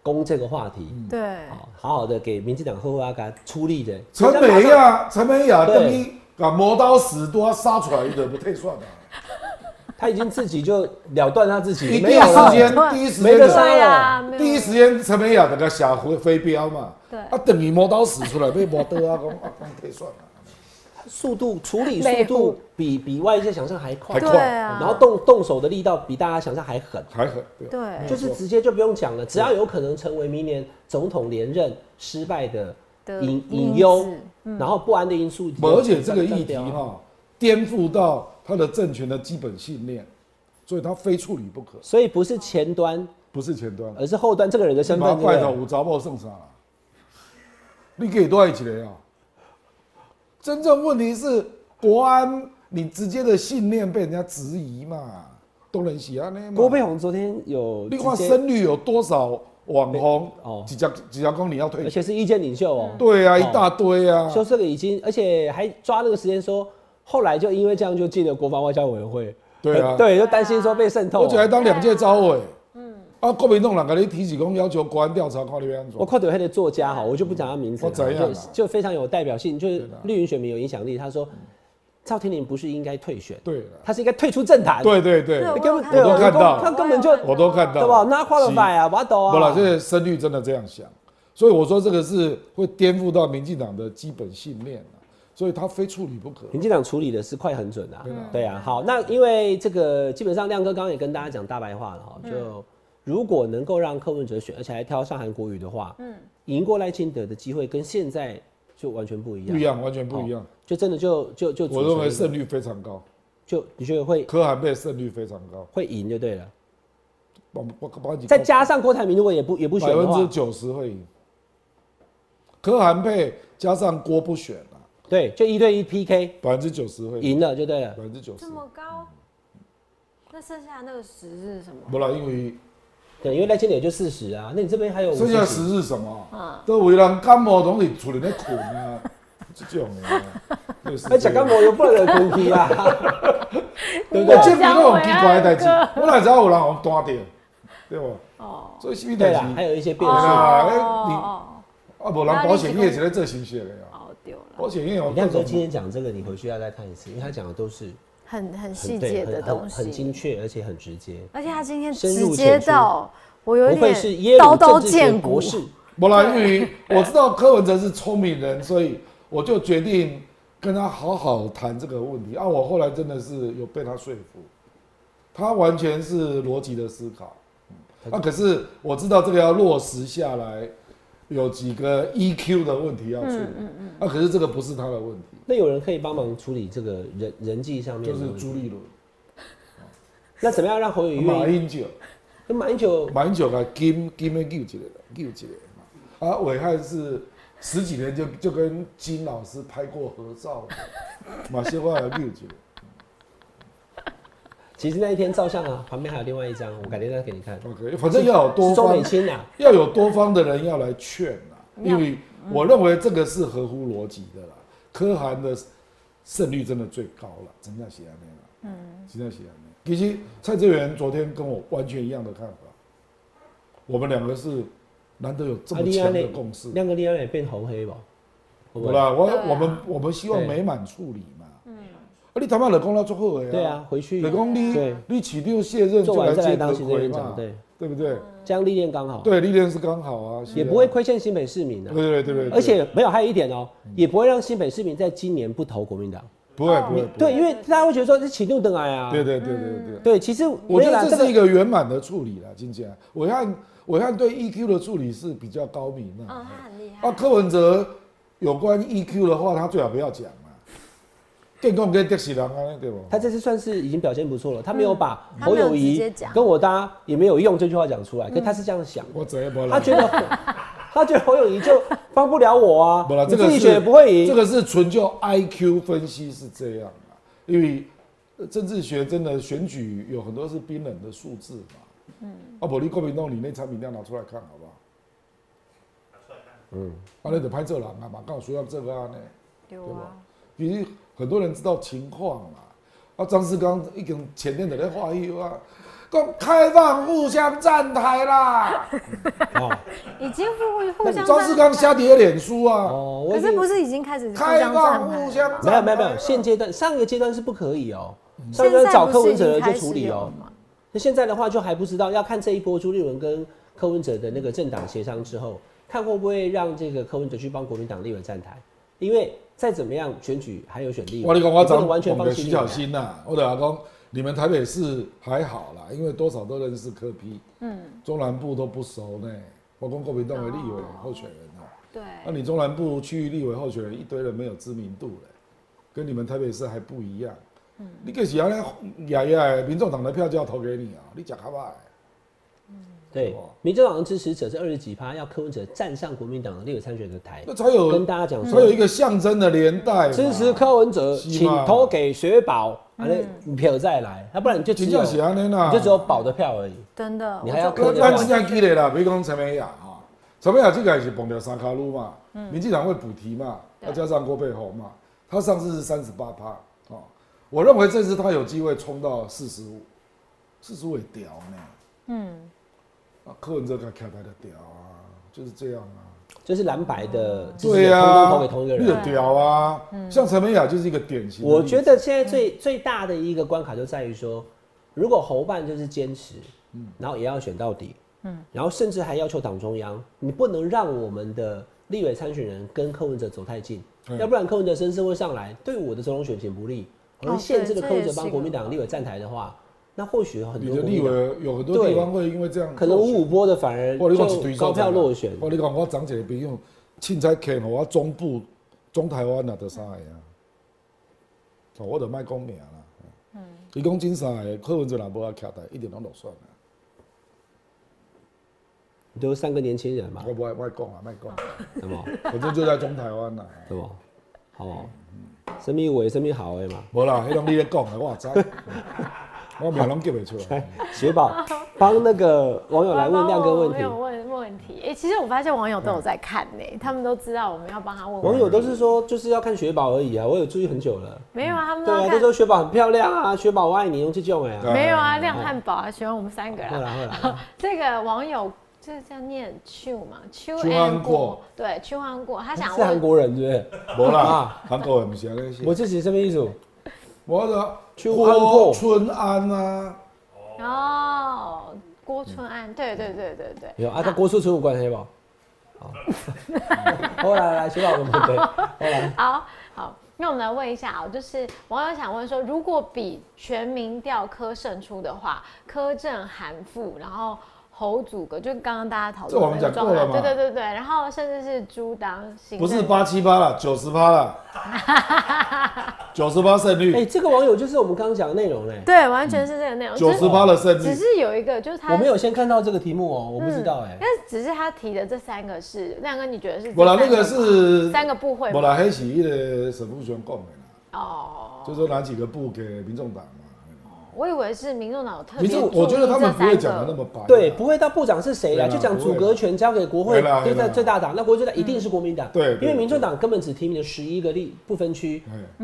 S2: 攻这个话
S4: 嗯
S2: 题，
S3: 对，
S2: 好好好的给民进党后啊，给他出力的。
S4: 陈美啊亚，陈美亚
S2: 对
S4: 等于把磨刀石都要杀出来的，不退算啊了，
S2: 他已经自己就了断他自己，
S4: 一
S2: 没
S4: 定
S2: 有
S4: 时
S2: 了
S4: 间
S3: 对
S4: 第一时
S2: 没
S4: 间
S2: 得
S4: 的。
S2: 杀
S5: 对
S2: 了。
S5: 啊，没有
S4: 第一时间，陈美雅那个下飞飞镖嘛，
S5: 对
S4: 啊，等于磨刀使出来被磨刀啊，讲啊，讲退算了。
S2: 速度处理
S5: 美
S2: 速
S5: 护
S2: 度比比外界想象还快，
S4: 还快
S3: 对啊，
S2: 然后动动手的力道比大家想象还狠。
S4: 还很对
S3: 对
S2: 就是直接就不用讲了，只要有可能成为明年总统连任失败的
S3: 的
S2: 隐
S3: 因
S2: 隐忧
S3: 子，嗯
S2: 然后不安的因素，
S4: 而且这个议题
S2: 哈
S4: 哈、颠覆到他的政权的基本信念。所以他非处理不可，
S2: 所以不是前端，
S4: 不是前端。
S2: 而是啊后端这呃个人的身
S4: 妈
S2: 份。
S4: 拜
S2: 对
S4: 托，
S2: 不对
S4: 有查某算啥啦？你给多少一个啊？真正问题是国安，你直接的信念被人家质疑嘛，都能喜安呢嘛。
S2: 郭佩宏昨天有
S4: 你看
S2: 直接
S4: 深绿有多少网红
S2: 哦？
S4: 几家几家公你要退
S2: 而？且是意见领袖
S3: 嗯
S2: 哦、
S4: 对啊，
S2: 哦
S4: 一大堆啊。
S2: 说这个已经，而且还抓那个时间说，后来就因为这样就进了国防外交委员会。
S4: 对啊
S2: 对，就担心说被渗透
S4: 而且还
S2: 啊。
S4: 当两届招委。嗯。啊，国民党人给你提起公要求国安调查，看你要安怎
S2: 我
S4: 么做？
S2: 看到他的作家哈，我就不讲他名字了，
S4: 我怎样啊
S2: 就就非常有代表性，就是
S4: 对的啊嗯
S2: 绿营选民有影响力。他说，赵天麟不是应该退选，
S4: 对了，
S2: 他是应该退出政坛。
S4: 对对对
S3: 对，
S2: 你根本，
S4: 我都看到
S2: 他根本就
S4: 我都看到。
S2: 对吧？那 qualify 啊，我抖啊。
S4: 不啦，这个深绿真的这样想，所以我说这个是会颠覆到民进党的基本信念、啊、所以他非处理不可。
S2: 民进党处理的是快很准啊，对啊，好，那因为这个基本上亮哥刚刚也跟大家讲大白话了哈，就如果能够让柯文哲选，而且还挑上韩国瑜的话，嗯，赢过赖清德的机会跟现在就完全不一样，
S4: 不一样，完全不一样。
S2: 就真的就就就
S4: 我认为
S2: 是
S4: 胜率非常高，
S2: 就你觉得会
S4: 柯韩贝胜率非常高，
S2: 会赢就对了，
S4: 我我帮你
S2: 再加上郭台铭如果也不也不选
S4: 百
S2: 的
S4: 分之
S2: 话，
S4: 九十会赢。柯韩贝加上郭不选啊，
S2: 对，就一对一 PK
S4: 百分之九十会
S2: 赢了就对了
S4: 百，分之九十
S5: 这。么高，那剩下那个十是什么？
S4: 不啦，因为
S2: 对，因为赖清德也就四十啊，那你这边还有
S4: 剩下
S2: 50
S4: 十是什么？都为人感冒，拢是处理在困啊，这种的啊。就是
S2: 那蒋
S4: 这
S2: 哎
S4: 样
S2: 干某又不能空气 啊，对不对
S4: 我？见过那种奇怪的代志，我哪知道有人红单掉，对不？
S5: 哦
S4: 所以什么代
S2: 对
S4: 志
S2: 啦，？还有一些变
S4: 对
S2: 数。
S4: 啦，哎，你
S5: 哦
S4: 啊，无人保险业是咧做行销的呀，
S5: 哦，丢了，
S4: 保险业有各
S2: 亮哥
S4: 种
S2: 今天讲这个，你回去要再看一次，因为他讲的都是
S3: 很很
S2: 很
S3: 细
S2: 对，
S3: 节
S2: 很
S3: 的
S2: 很
S3: 东
S2: 很精
S3: 西，
S2: 确，而且很直接。
S3: 而且他今天
S2: 深入
S3: 直接
S2: 浅出
S3: 到我有
S2: 不
S3: 一
S2: 愧
S3: 点
S2: 是耶鲁
S3: 刀刀
S2: 政治学
S3: 见骨
S2: 博，士，
S4: 无啦，因为我知道柯文哲是聪明人，所以我就决定跟他好好谈这个问题。啊，我后来真的是有被他说服，他完全是逻辑的思考。嗯啊，可是我知道这个要落实下来，有几个 EQ 的问题要处理。啊，可是这个不是他的问题，
S2: 那有人可以帮忙处理这个人人际上面
S4: 就
S2: 的
S4: 是
S2: 问题
S4: 朱立伦、
S2: 那怎么样让侯友宜
S4: 马
S2: 愿意？
S4: 英九、
S2: 跟马英九
S4: 马英九啊，金金的救起来了，救起来嘛。啊，伟汉是十几年就就跟金老师拍过合照的，马西华救起来。
S2: 其实那一天照相啊，旁边还有另外一张，我改天再给你看。
S4: OK，反正要有多
S2: 是周美
S4: 方，
S2: 青啊，
S4: 要有多方的人要来劝啦，因为我认为这个是合乎逻辑的啦。科韩的胜率真的最高了，真的喜安内啦，嗯，真的喜安内。其实蔡志元昨天跟我完全一样的看法，我们两个是难得有这
S2: 啊
S4: 么
S2: 你
S4: 强
S2: 这
S4: 的
S2: 样
S4: 共识。
S2: 亮哥利安也变红黑吧？会不
S4: 好
S2: 会
S4: 啦，我
S5: 对啊
S4: 我们我们希望
S2: 对
S4: 美满处理嘛。嗯，啊，你他妈老公要做好的呀。
S2: 对啊，，回去
S4: 老公你
S2: 对啊
S4: 你起定卸任就
S2: 做完
S4: 来
S2: 再来
S4: 见
S2: 当
S4: 德
S2: 行政
S4: 魁
S2: 院
S4: 嘛
S2: 长，，对，
S4: 对不对？
S2: 这样历练刚好，
S4: 对，历练是刚好啊，
S2: 也
S4: 是啊
S2: 不会。亏欠新北市民啊
S4: 对。对对对，对嗯
S2: 而且没有，还有一点哦、也不会让新北市民在今年不投国民党。
S4: 不会不会，不会
S2: 对，因为大家会觉得说这起怒等来啊。
S4: 对对对对对。
S2: 对，其实
S4: 我
S2: 没
S4: 觉
S2: 有啦
S4: 得这是一
S2: 个
S4: 个圆满的处理啦，金姐。我看我看对 EQ 的处理是比较高明的。
S5: 嗯，他很厉害
S4: 啊，。柯文哲有关 EQ 的话，他最好不要讲啊。更更跟迪士尼啊，对不？
S2: 他这次算是已经表现不错了，他没有把
S3: 嗯他
S2: 侯
S3: 没有
S2: 友
S3: 直接
S2: 谊
S3: 讲
S2: 跟我搭也没有用这句话讲出来，可他是这样想，
S4: 我怎也不会啦
S2: 他觉 得他觉得侯友谊就帮不了我啊
S4: 不了，，
S2: 你
S4: 这个
S2: 自己
S4: 是
S2: 选也不会赢，
S4: 这个是纯就 IQ 分析是这样啊，因为呃政治学真的选举有很多是冰冷的数字嘛。嗯。啊，不，你国民党你那产品量拿出来看好不好？拿出来看。嗯。啊，你得拍这人啊嘛，刚好需要这个案呢。
S3: 有啊，
S4: 其实很多人知道情况啦。啊，张世刚已经前天在那话语啊，讲开放互相站台啦。
S2: 哦
S5: 已经互互相
S4: 张世刚
S5: 相
S4: 瞎叠脸书啊，
S2: 哦，我
S3: 可
S2: 已
S3: 是
S2: 经
S3: 不是已经开始互
S4: 开
S3: 相
S4: 放
S3: 站
S4: 互
S3: 台
S4: 相
S3: 了吗？
S4: 站
S2: 没有没有没
S4: 台
S2: 有，
S4: 啦
S2: 现阶段上一个阶段是不可以哦，上一
S3: 现
S2: 个
S3: 在
S2: 阶段找
S3: 不
S2: 柯
S3: 是
S2: 文
S3: 已
S2: 哲的
S3: 经开
S2: 就处
S3: 始
S2: 理
S3: 有
S2: 哦
S3: 了吗，
S2: 那现在的话就还不知道，要看这一波朱立伦跟柯文哲的那个政党协商之后，看会不会让这个柯文哲去帮国民党立委站台，因为再怎么样选举还有选立委，
S4: 我跟你讲，
S2: 你
S4: 我
S2: 不能
S4: 长
S2: 完全
S4: 我
S2: 放
S4: 们
S2: 弃啊
S4: 徐
S2: 立
S4: 小
S2: 委
S4: 新呐、啊我老公，你们台北市还好啦，因为多少都认识柯批，嗯，中南部都不熟呢。我跟国民党为立委候选人啊，
S5: 对，
S4: 那、你中南部区域立委候选人一堆人没有知名度嘞，跟你们台北市还不一样。你就是安尼爷爷的民众党的票就要投给你啊，你假卡吧。
S2: 哎对，
S4: 哦
S2: 民进党的支持者是二十几趴，要柯文哲站上国民党的立委参选的台
S4: 那，才有
S2: 跟大家讲
S4: 才有
S2: 说，
S4: 一个象征的年代嘛。
S2: 支持柯文哲，
S4: 是嘛
S2: 请投给雪宝，完了你票再来，要不然你就只
S4: 真
S2: 有
S4: 正是
S2: 哦你
S4: 安尼啦，
S2: 就只有保的票而已。
S3: 真的，
S2: 你
S3: 我
S2: 还要
S3: 就
S2: 扣
S4: 咱
S2: 掉
S4: 咱真正记得啦，比如讲陈美雅哈，陈美雅这个也是碰到三卡路嘛，
S2: 嗯
S4: 民进党会补题嘛，
S5: 对
S4: 再加上郭佩宏嘛，他上次是三十八趴哦，我认为这次他有机会冲到四十五，四十五也屌呢，嗯，啊，柯文哲他开台的屌啊，就是这样啊，
S2: 就是蓝白的支持
S4: 对
S2: 者通通
S4: 呀、
S2: 投
S4: 啊
S2: 给同一个，
S4: 你也
S2: 人。
S4: 屌啊，
S2: 嗯
S4: 像陈美雅就是一个典型的例子，
S2: 我觉得现在最、最大的一个关卡就在于说，如果侯办就是坚持，
S4: 嗯
S2: 然后也要选到底，然后甚至还要求党中央，你不能让我们的立委参选人跟柯文哲走太近，
S4: 对
S2: 要不然柯文哲声势会上来，对我的总统选情不利。
S3: 哦
S2: 而限制了
S3: 对
S2: 柯文
S3: 这也
S2: 哲
S3: 是
S2: 帮
S3: 一
S2: 国
S3: 个
S2: 民党立委站台的话，那或许有很
S4: 你
S2: 多
S4: 的
S2: 国
S4: 立
S2: 民党
S4: 委有很多地方会因为这样
S2: 可能
S4: 落选
S2: 五五波的反而
S4: 我你讲一
S2: 就
S4: 堆
S2: 高票落选。
S4: 我你讲我长姐的朋友，凊彩欠互我中部、
S2: 嗯
S4: 中台湾啊，得三个啊。哦，我就卖讲名啦。嗯。伊讲真三个，柯文哲若无啊徛台，一定拢落选啊啦。
S2: 你都三个年轻人嘛，
S4: 我不爱卖讲啊，卖讲啊。
S2: 那么，
S4: 反正就在中台湾啊啦。
S2: 那么，好不好，
S4: 嗯
S2: 生命伟，生命好哎嘛。
S4: 无啦，迄种你咧讲的，我也知。 我名拢叫袂出来。
S2: 雪宝帮那个网友来问亮哥问
S5: 网
S2: 题，
S5: 友问问题。哎、其实我发现网友都有在看呢、他们都知道我们要帮他问问题。
S2: 网友都是说就是要看雪宝而已啊，我有注意很久 了。
S5: 没有啊，他们
S2: 对
S5: 都要
S2: 啊，
S5: 看。
S2: 都说雪宝很漂亮啊，雪宝我爱你，用这种哎
S4: 对
S2: 啊。
S5: 没有啊，亮汉堡啊，喜欢我们三个
S2: 会
S5: 啦。
S2: 啦会啦，
S5: 这个网友这叫念秋嘛，秋
S4: 秋安过，
S5: 对，秋安过，他 想
S2: 是韩
S5: 问，
S2: 国人对不对？
S4: 无啦
S2: 啊，
S4: 韩国人毋是安尼
S2: 我
S4: 写。
S2: 自己什么意思？
S4: 我的
S2: 去韩国
S4: 春安啊，
S5: 哦，郭春安，
S4: 嗯
S5: 对对对对对，
S2: 有啊，跟郭树春有关系不？好， 后来来雪宝我们对， 后来
S5: 好好，那我们来问一下啊、就是网友想问说，如果比全民调科胜出的话，柯震、韩复，然后侯祖格，就刚刚大家讨论的
S4: 这我们讲过了嘛
S5: 状态对对对对，然后甚至是朱当行
S4: 不
S5: 政
S4: 是八七八啦，九十 八啦，九十八胜率。
S2: 哎，这个网友就是我们刚刚讲的内容嘞。
S5: 对，完全是这个内容，
S4: 九
S5: 哦只
S4: 十八的胜
S5: 只
S4: 率，
S5: 是有一个，就是他
S2: 我没有先看到这个题目哦，我不知道哎
S5: 但。是只是他提的这三个是亮哥，你觉得是？
S4: 我啦那个是，
S5: 三个部会
S4: 我
S5: 吗？
S4: 啦黑是那个沈富雄讲的啦，
S5: 哦，
S4: 就说哪几个部给民众党嘛，
S5: 我以为是民众党有特别
S4: 民
S5: 注意这
S4: 众
S5: 三个。
S4: 我觉得他们不会讲的那么白啦，
S2: 对，不会到部长是谁啦，
S4: 对啦
S2: 就讲组阁权交给国会
S4: 对啦
S2: 最大
S4: 对啦嗯
S2: 最大党，那国会最大一定是国民党，
S4: 对对
S2: 因为
S4: 对
S2: 民众党根本只提名了十一个立不分区，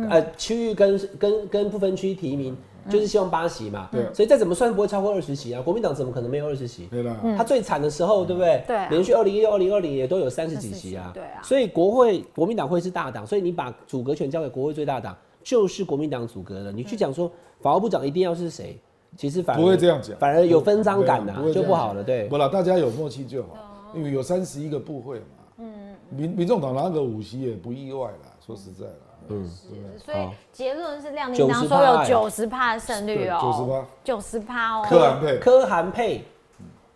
S4: 哎，
S2: 呃，区域跟跟跟不分区提名，就是希望八席嘛，
S4: 嗯对
S2: 所以再怎么算不会超过二十席啊，国民党怎么可能没有二十席？
S4: 对啦，
S5: 嗯
S2: 他最惨的时候，对不对？
S3: 嗯对啊
S2: 连续二零一六、二零二零也都有三十几席啊。
S3: 30对啊
S2: 所以国会国民党会是大党，所以你把组阁权交给国会最大党，就是国民党组阁了。你去讲
S3: 嗯
S2: 说法务部长一定要是谁，其实反而
S4: 不会这样讲啊
S2: 反而有分赃感呐、
S4: 不会这
S2: 就
S4: 样
S2: 不好了。对
S4: 不，啦，大家有默契就
S5: 哦
S4: 好，因为有三十一个部会嘛，嗯，民民众党拿个五席也不意外啦，说实在啦，嗯，
S5: 是所以
S2: 好
S5: 结论是亮叮当
S2: 90%
S5: 说有
S2: 哎
S5: 九十趴的胜率哦，
S4: 对
S5: 九十趴哦。
S4: 柯蓝配
S2: 柯韩配，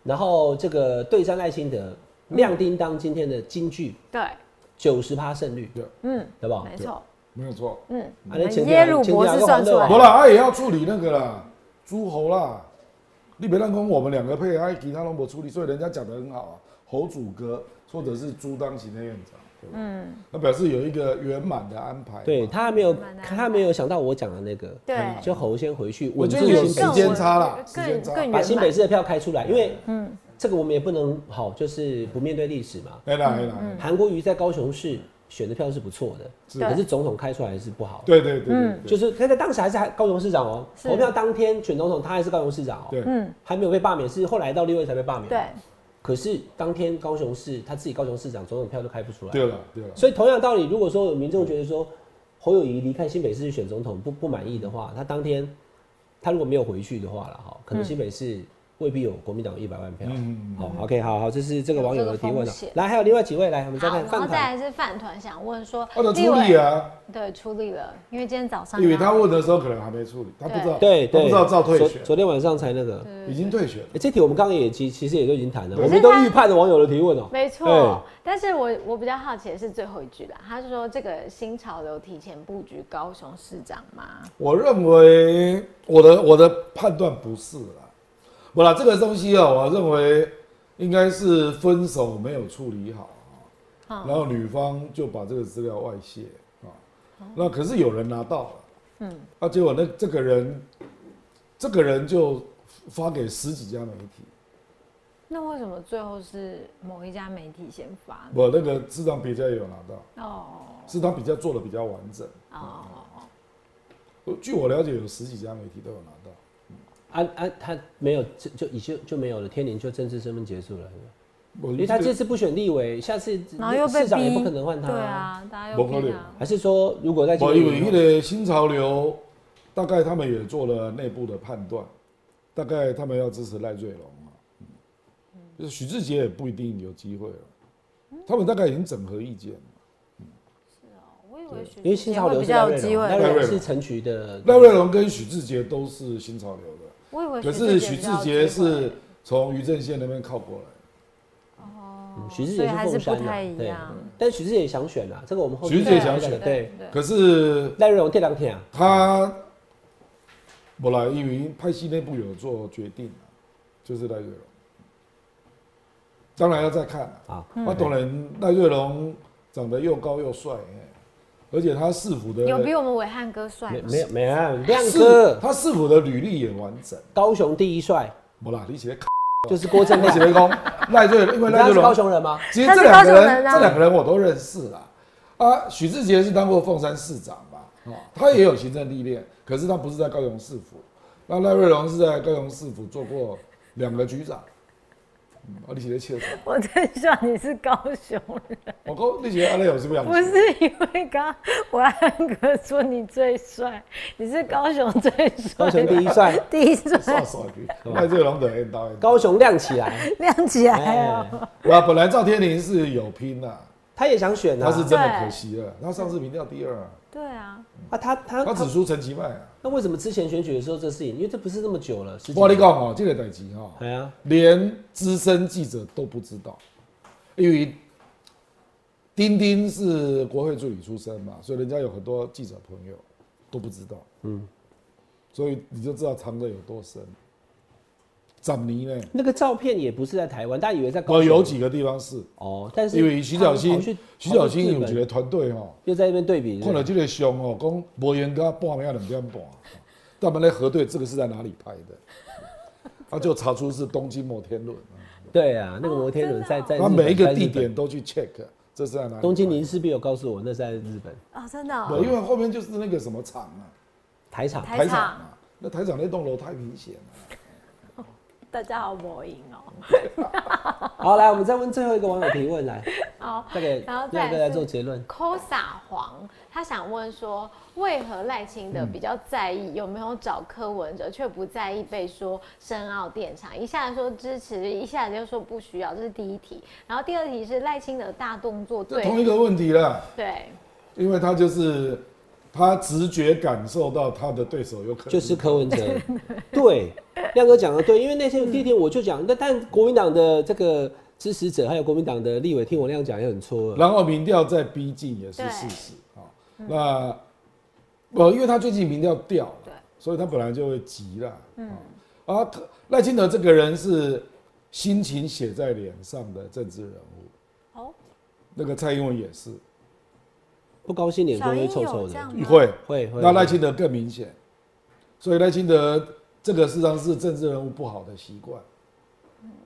S2: 然后这个对战赖清德，亮叮当今天的金句
S5: 对，
S2: 九十趴胜率，
S4: 对
S5: 嗯，
S2: 对吧？
S5: 没错，
S4: 没有错，
S5: 嗯，
S2: 啊那前提
S3: 哎耶鲁
S2: 前提
S3: 博士
S2: 还是
S3: 算出来
S2: 黄
S4: 不
S2: 豆啊
S4: 啦，他也要处理那个啦，诸侯啦，你别让讲我们两个配，哎，其他都没处理，所以人家讲的很好啊，侯主哥或者是朱当行的院长，对吧？嗯，那表示有一个圆满的安排嘛，
S2: 对他还没有
S5: 慢慢，来
S2: 他还没有想到我讲的那个，
S5: 对
S2: 就侯先回去
S4: 我
S2: 稳
S4: 觉
S2: 住
S4: 嗯得有
S2: 新
S4: 时
S2: 北市
S4: 间差啦，时
S5: 更
S4: 间差。
S5: 更
S2: 把新北市的票开出来，因为
S4: 嗯
S2: 这个我们也不能好，就是不面对历史嘛。
S4: 哎啦哎啦，
S2: 韩国瑜在高雄市选的票是不错
S4: 是
S2: 的，可是总统开出来是不好。
S4: 对对对对
S2: 就
S4: 对，
S2: 是他在当时还是高雄市长哦、投票当天选总统，他还是高雄市长哦、
S4: 对
S2: 还没有被罢免，是后来到六月才被罢免。
S5: 对，
S2: 可是当天高雄市他自己高雄市长总统票都开不出来。
S4: 对了对了，
S2: 所以同样道理，如果说有民众觉得说侯友谊离开新北市去选总统不不满意的话，他当天他如果没有回去的话了哈，可能新北市未必有国民党有一百万票。
S4: 嗯
S2: 好，OK，好好，这是这个网友的提
S5: 有这
S2: 问
S5: 个
S2: 了
S5: 风险。
S2: 来，还有另外几位来，我们再
S5: 好，
S2: 看
S5: 然后
S2: 饭
S5: 再
S2: 团。
S5: 来是饭团想问说，
S4: 他的
S5: 立
S4: 处
S5: 委
S4: 理啊，
S5: 对出力了，因为今天早上
S4: 因为他
S5: 要
S4: 问的时候可能还没处理，他不知道，
S2: 对
S4: 他
S2: 对，
S4: 不知道照退
S2: 昨
S4: 选，
S2: 昨天晚上才那个。
S4: 已经退选了。
S2: 欸这题我们刚刚也其其实也都已经谈了，
S4: 对
S2: 我们都预判了网友的提问哦、
S5: 没错
S2: 对，
S5: 但是我我比较好奇的是最后一句啦，他是说这个新潮流提前布局高雄市长吗？
S4: 我认为我的我的判断不是啦，不啦，这个东西啊，我认为应该是分手没有处理好啊，然后女方就把这个资料外泄啊，那可是有人拿到了，嗯，啊，结果那这个人，这个人就发给十几家媒体，
S5: 那为什么最后是某一家媒体先发呢？
S4: 我那个市长别家也有拿到，
S5: 哦
S4: 是他比较做的比较完整，
S5: 哦，
S4: 据我了解有十几家媒体都有拿到。
S2: 啊啊，他没有就就已经就没有了，天宁就政治身份结束了，
S4: 我
S2: 因为他
S4: 记得
S2: 这次不选立委，下次
S3: 然后又被
S2: 市长也
S3: 逼
S2: 不可能换他、
S3: 对，啊，大家又
S4: 不可
S3: 拼
S4: 能
S3: 啊，
S2: 还是说如果在
S4: 我以哦为那
S2: 的
S4: 个新潮流，大概他们也做了内部的判断，大概他们要支持赖瑞龙嘛，嗯就是许志杰也不一定有机会了，他们大概已经整合意见了。
S5: 我以为许
S2: 因为新潮流是
S3: 会比较有机会
S2: 赖瑞
S4: 赖瑞
S2: 龙
S4: 龙
S2: 是陈菊的
S4: 赖瑞龙跟许志杰都是新潮流的，
S5: 我以为
S4: 可是
S5: 许
S4: 许
S5: 志
S4: 志
S5: 杰
S4: 杰
S5: 比较有机
S4: 是
S5: 会
S4: 从于正宪那边靠过来，
S2: 嗯许
S5: 哦
S2: 志
S3: 所
S2: 杰
S3: 以还是
S2: 凤
S3: 不
S2: 山
S3: 太
S2: 啊
S3: 一，
S2: 对
S3: 样，
S2: 但许志杰也想选啊，这个我们后
S4: 许
S2: 面
S4: 志杰
S2: 再
S4: 想
S2: 讲
S4: 选
S2: 对，
S5: 对
S4: 可是
S2: 赖瑞龙第两天啊，
S4: 他，我来因为派系内部有做决定啊就是赖瑞龙，当然要再看啊。
S2: 啊，
S4: 那当然，赖瑞龙长得又高又帅，哎而且他市府的
S5: 有比我们伟汉哥帅
S2: 没
S5: 吗？
S2: 没有没有亮
S4: 市
S2: 哥，
S4: 他市府的履历也完整。
S2: 高雄第一帅
S4: 不啦，你写的
S2: 就是郭正
S4: 我
S2: 亮，
S4: 写的功，赖瑞因为
S2: 你
S4: 赖
S2: 他
S4: 瑞
S2: 是高
S4: 龙，
S2: 雄人吗？
S4: 其实
S3: 他是
S4: 这两个
S3: 高雄
S4: 人，
S3: 人啊
S4: 这两个人我都认识啦。啊，许志杰是当过凤山市长嘛，哦，他也有行政历练，可是他不是在高雄市府，那赖瑞龙是在高雄市府做过两个局长。嗯，啊，你写的切什么？
S3: 我在想你是高雄人，
S4: 我讲你写的阿赖有什么样子？
S3: 不是因为刚刚我安哥说你最帅，你是高雄最帅
S2: 高雄
S3: 的，
S2: 第一帅，
S3: 第一帅
S4: 耍耍去，赖瑞龙的很刀很
S2: 高雄亮起来。
S3: 亮起来
S2: 哎
S3: 哦，，
S4: 我本来赵天林是有拼呐、
S2: 他也想选啊，
S4: 他是真的可惜了。他上次民调第二、啊，
S3: 对啊，
S2: 啊，他他
S4: 他
S2: 他
S4: 只输陈其迈啊。
S2: 那为什么之前选举的时候这事情？因为这不是那么久了，十几
S4: 我跟你
S2: 年。
S4: 讲哦，这个代志哈，
S2: 哎呀，
S4: 连资深记者都不知道，因为丁丁是国会助理出身嘛，所以人家有很多记者朋友都不知道。嗯，所以你就知道藏的有多深。怎尼呢？
S2: 那个照片也不是在台湾，大家以为在高
S4: 我
S2: 雄
S4: 哦有几个地方是，
S2: 哦，但是
S4: 因为徐小
S2: 他
S4: 新
S2: 们跑去，
S4: 徐小
S2: 跑
S4: 新
S2: 去日
S4: 有
S2: 本
S4: 一个团队哈。
S2: 又在那边对比，
S4: 看了这个胸哦，讲无缘到半夜两点半，他们来核对这个是在哪里拍的， 他就查出是东京摩天轮，
S2: 对啊，那个摩天轮在在日
S4: 他
S2: 本
S4: 每一
S2: 在
S4: 个
S2: 日
S4: 地
S2: 本
S4: 点都去 check，这是在哪里拍的？
S2: 东京林氏必有告诉我那是在日本
S3: 哦，真的哦、
S4: 对，因为后面就是那个什么厂啊，
S2: 台场，
S3: 台厂
S4: 啊，那台厂那栋楼太明显了，
S5: 大家好魔影哦。
S2: 好，来，我们再问最后一个网友提问来，
S5: 好，
S2: 再给
S5: 然后
S2: 亮
S5: 再来
S2: 哥来
S5: 是
S2: 做结论。
S5: 抠撒黄，他想问说，为何赖清
S4: 嗯
S5: 德比较在意有没有找柯文哲，却不在意被说深奥电厂？一下子说支持，一下子又说不需要，这是第一题。然后第二题是赖清德大动作
S4: 这同
S5: 对
S4: 一个问题啦，
S5: 对，
S4: 因为他就是他直觉感受到他的对手有可能
S2: 就是柯文哲，对，亮哥讲的对，因为那天第一天我就讲，那但国民党的这个支持者还有国民党的立委听我那样讲也很错愕，
S4: 然后民调再逼近也是事实啊、那呃，因为他最近民调掉了，
S5: 对
S4: 所以他本来就会急啦。嗯，啊，他赖清德这个人是心情写在脸上的政治人物，
S5: 哦，
S4: 那个蔡英文也是
S2: 不高兴脸都
S3: 小
S2: 会
S3: 英
S2: 臭臭
S3: 有这
S2: 的
S3: 样，吗？
S4: 会，
S2: 会会。
S4: 那赖清德更明显，所以赖清德这个事实上是政治人物不好的习惯，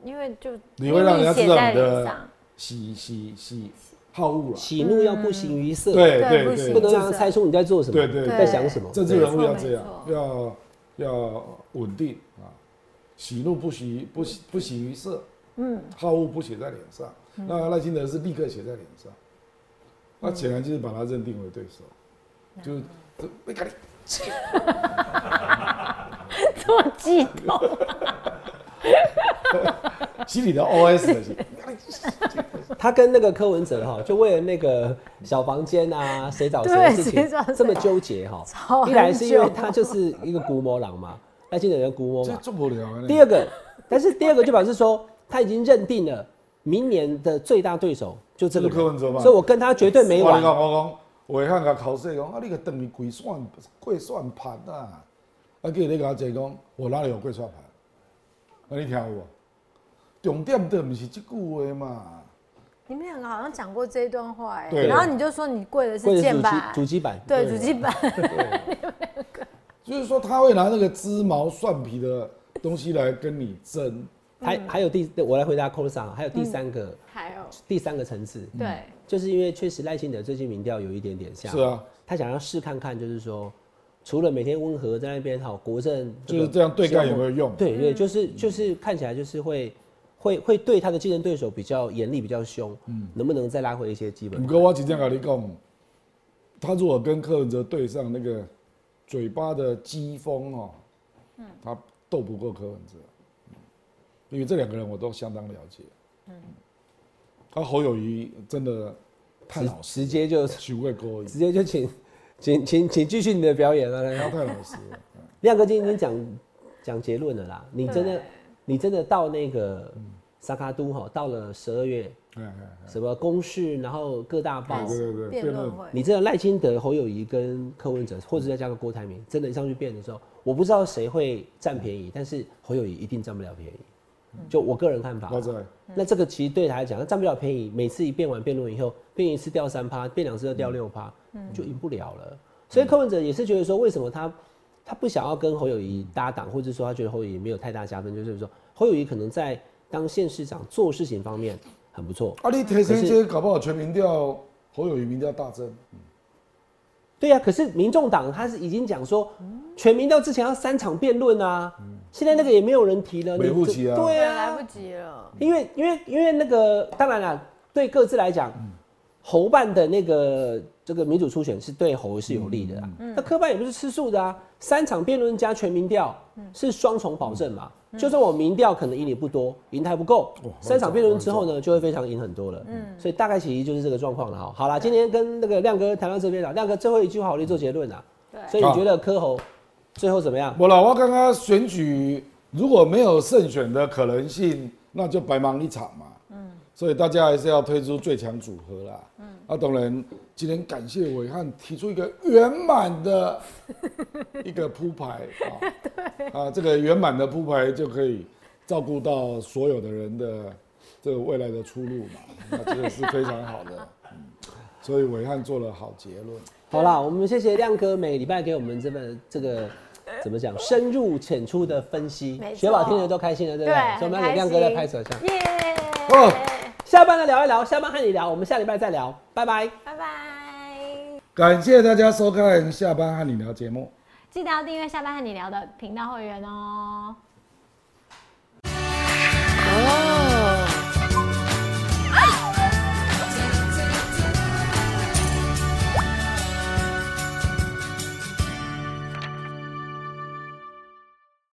S5: 因为就
S4: 你会让人家知道
S5: 在
S4: 你
S5: 脸
S4: 的
S5: 上，
S4: 喜喜喜好恶了，啊
S2: 喜怒要不形于色，
S4: 嗯对
S3: 对不
S4: 对
S3: 行
S2: 不
S4: 对，
S2: 能让他猜出你在做什么，
S4: 对对对
S2: 在想什么。
S4: 政治人物
S5: 没错
S4: 要这样，
S5: 没
S4: 要要稳定啊，喜怒不喜不喜不喜于色，嗯，好恶不写在脸上。
S5: 嗯
S4: 那赖清德是立刻写在脸上，那显然就是把他认定为对手，
S5: 嗯
S4: 就是这 被赶紧
S5: 这么激动，
S4: 心里的 OS 的是，
S2: 他跟那个柯文哲哈，就为了那个小房间 啊，谁找谁的
S3: 对
S2: 事情
S3: 谁找谁
S2: 这么纠结哈
S3: 吵。很
S2: 一来是因为
S3: 久
S2: 他就是一个古魔狼嘛，赖清德人古魔
S4: 这
S2: 嘛。
S4: 做不了啊。
S2: 第二个，但是第二个就表示说他已经认定了明年的最大对手就这个
S4: 就是柯文哲嘛
S2: 所以我跟他绝对没
S4: 我
S2: 完
S4: 你。讲我讲，我看个考试讲，啊，你个等于鬼算鬼算盘啊！啊，叫你甲我姐讲，我哪里有鬼算盘？啊，你听有无？重点的不是这句话嘛？
S3: 你们两个好像讲过这一段话哎、
S4: 对
S3: 然后你就说你跪的
S2: 或者
S3: 是
S2: 是
S3: 键
S2: 主机
S3: 盘，
S2: 主机板，
S3: 对主机板，
S4: 就是说他会拿那个鸡毛蒜皮的东西来跟你争，
S2: 还
S3: 嗯
S2: 还有第，我来回答 c o l s a 还有第三个、
S5: 还有
S2: 第三个层次，嗯
S5: 对，
S2: 就是因为确实赖清德最近民调有一点点下，
S4: 是啊，
S2: 他想要试看看，就是说，除了每天温和在那边好国政、
S4: 就是这样对干有没有用？
S2: 对对，就是就是看起来就是会会会对他的竞争对手比较严厉、比较凶，能不能再拉回一些基本
S4: 五？哥，我今天嗯跟你讲，他如果跟柯文哲对上那个嘴巴的讥讽哦，他斗不过柯文哲，嗯因为这两个人我都相当了解。他侯友谊真的太老欸实，
S2: 直接就 直
S4: 许贵郭，他
S2: 接就请请请请继续你的表演了、来
S4: 太老实了。
S2: 亮哥今天已经讲讲结论了啦，你真的你真的到那个萨卡都哈，到了十二月
S4: 哎哎，
S2: 什么公示，然后各大报
S4: 哎，对对对，
S3: 辩论会，
S2: 你知道赖清德、侯友谊跟柯文哲，或者再加个郭台铭，真的上去辩的时候，我不知道谁会占便宜，但是侯友谊一定占不了便宜。就我个人看法啊
S4: 我，知道
S2: 那这个其实对他来讲，他占不了便宜。每次一辩完辩论以后，辩一次掉三趴，辩两次就掉六趴，就赢不了了。所以柯文哲也是觉得说，为什么他他不想要跟侯友谊搭档，或者说他觉得侯友谊没有太大加分，就是说侯友谊可能在当县市长做事情方面很不错，
S4: 啊，你提
S2: 可
S4: 升这
S2: 是
S4: 搞不好全民调，侯友谊民调大增，
S2: 对呀、啊可是民众党他是已经讲说，全民调之前要三场辩论啊，现在那个也没有人提了，
S4: 没
S2: 你
S4: 户
S2: 这
S4: 籍啊
S2: 对
S5: 来
S2: 啊
S5: 不，及了，
S2: 因为因为因为那个当然啦，对各自来讲，侯办的那个这个民主初选是对侯是有利的啊，那科办也不是吃素的啊，三场辩论加全民调是双重保证嘛，就算我民调可能赢你不多，赢得还不够
S4: 哇，
S2: 三场辩论之后呢，就哦会非常赢很多了，嗯，所以大概其实就是这个状况了哈。好啦，今天跟那个亮哥谈到这边啊了，亮哥最后一句话我来做结论啊，
S5: 对
S2: 所以你觉得柯侯最后怎么样？
S4: 我老我刚刚选举如果没有胜选的可能性，那就白忙一场嘛。嗯，所以大家还是要推出最强组合啦。嗯，啊，当然今天感谢伟汉提出一个圆满 的一个铺排 啊，啊，这个圆满的铺排就可以照顾到所有的人的这个未来的出路嘛， 那这个是非常好的。嗯， 所以伟汉做了好结论。
S2: 好啦，我们谢谢亮哥每礼拜给我们这份这个怎么讲深入浅出的分析
S5: 呃没，错
S2: 雪宝听了都开心了，对不对？
S5: 对
S2: 所以我们
S5: 很
S2: 要给亮哥
S5: 开
S2: 再
S5: 心
S2: 拍手一下。
S5: 耶，
S4: 哦
S2: 下班了聊一聊，下班和你聊，我们下礼拜再聊，拜拜。
S5: 拜拜。
S4: 感谢大家收看下班和你聊节目。
S5: 记得要订阅下班和你聊的频道会员哦。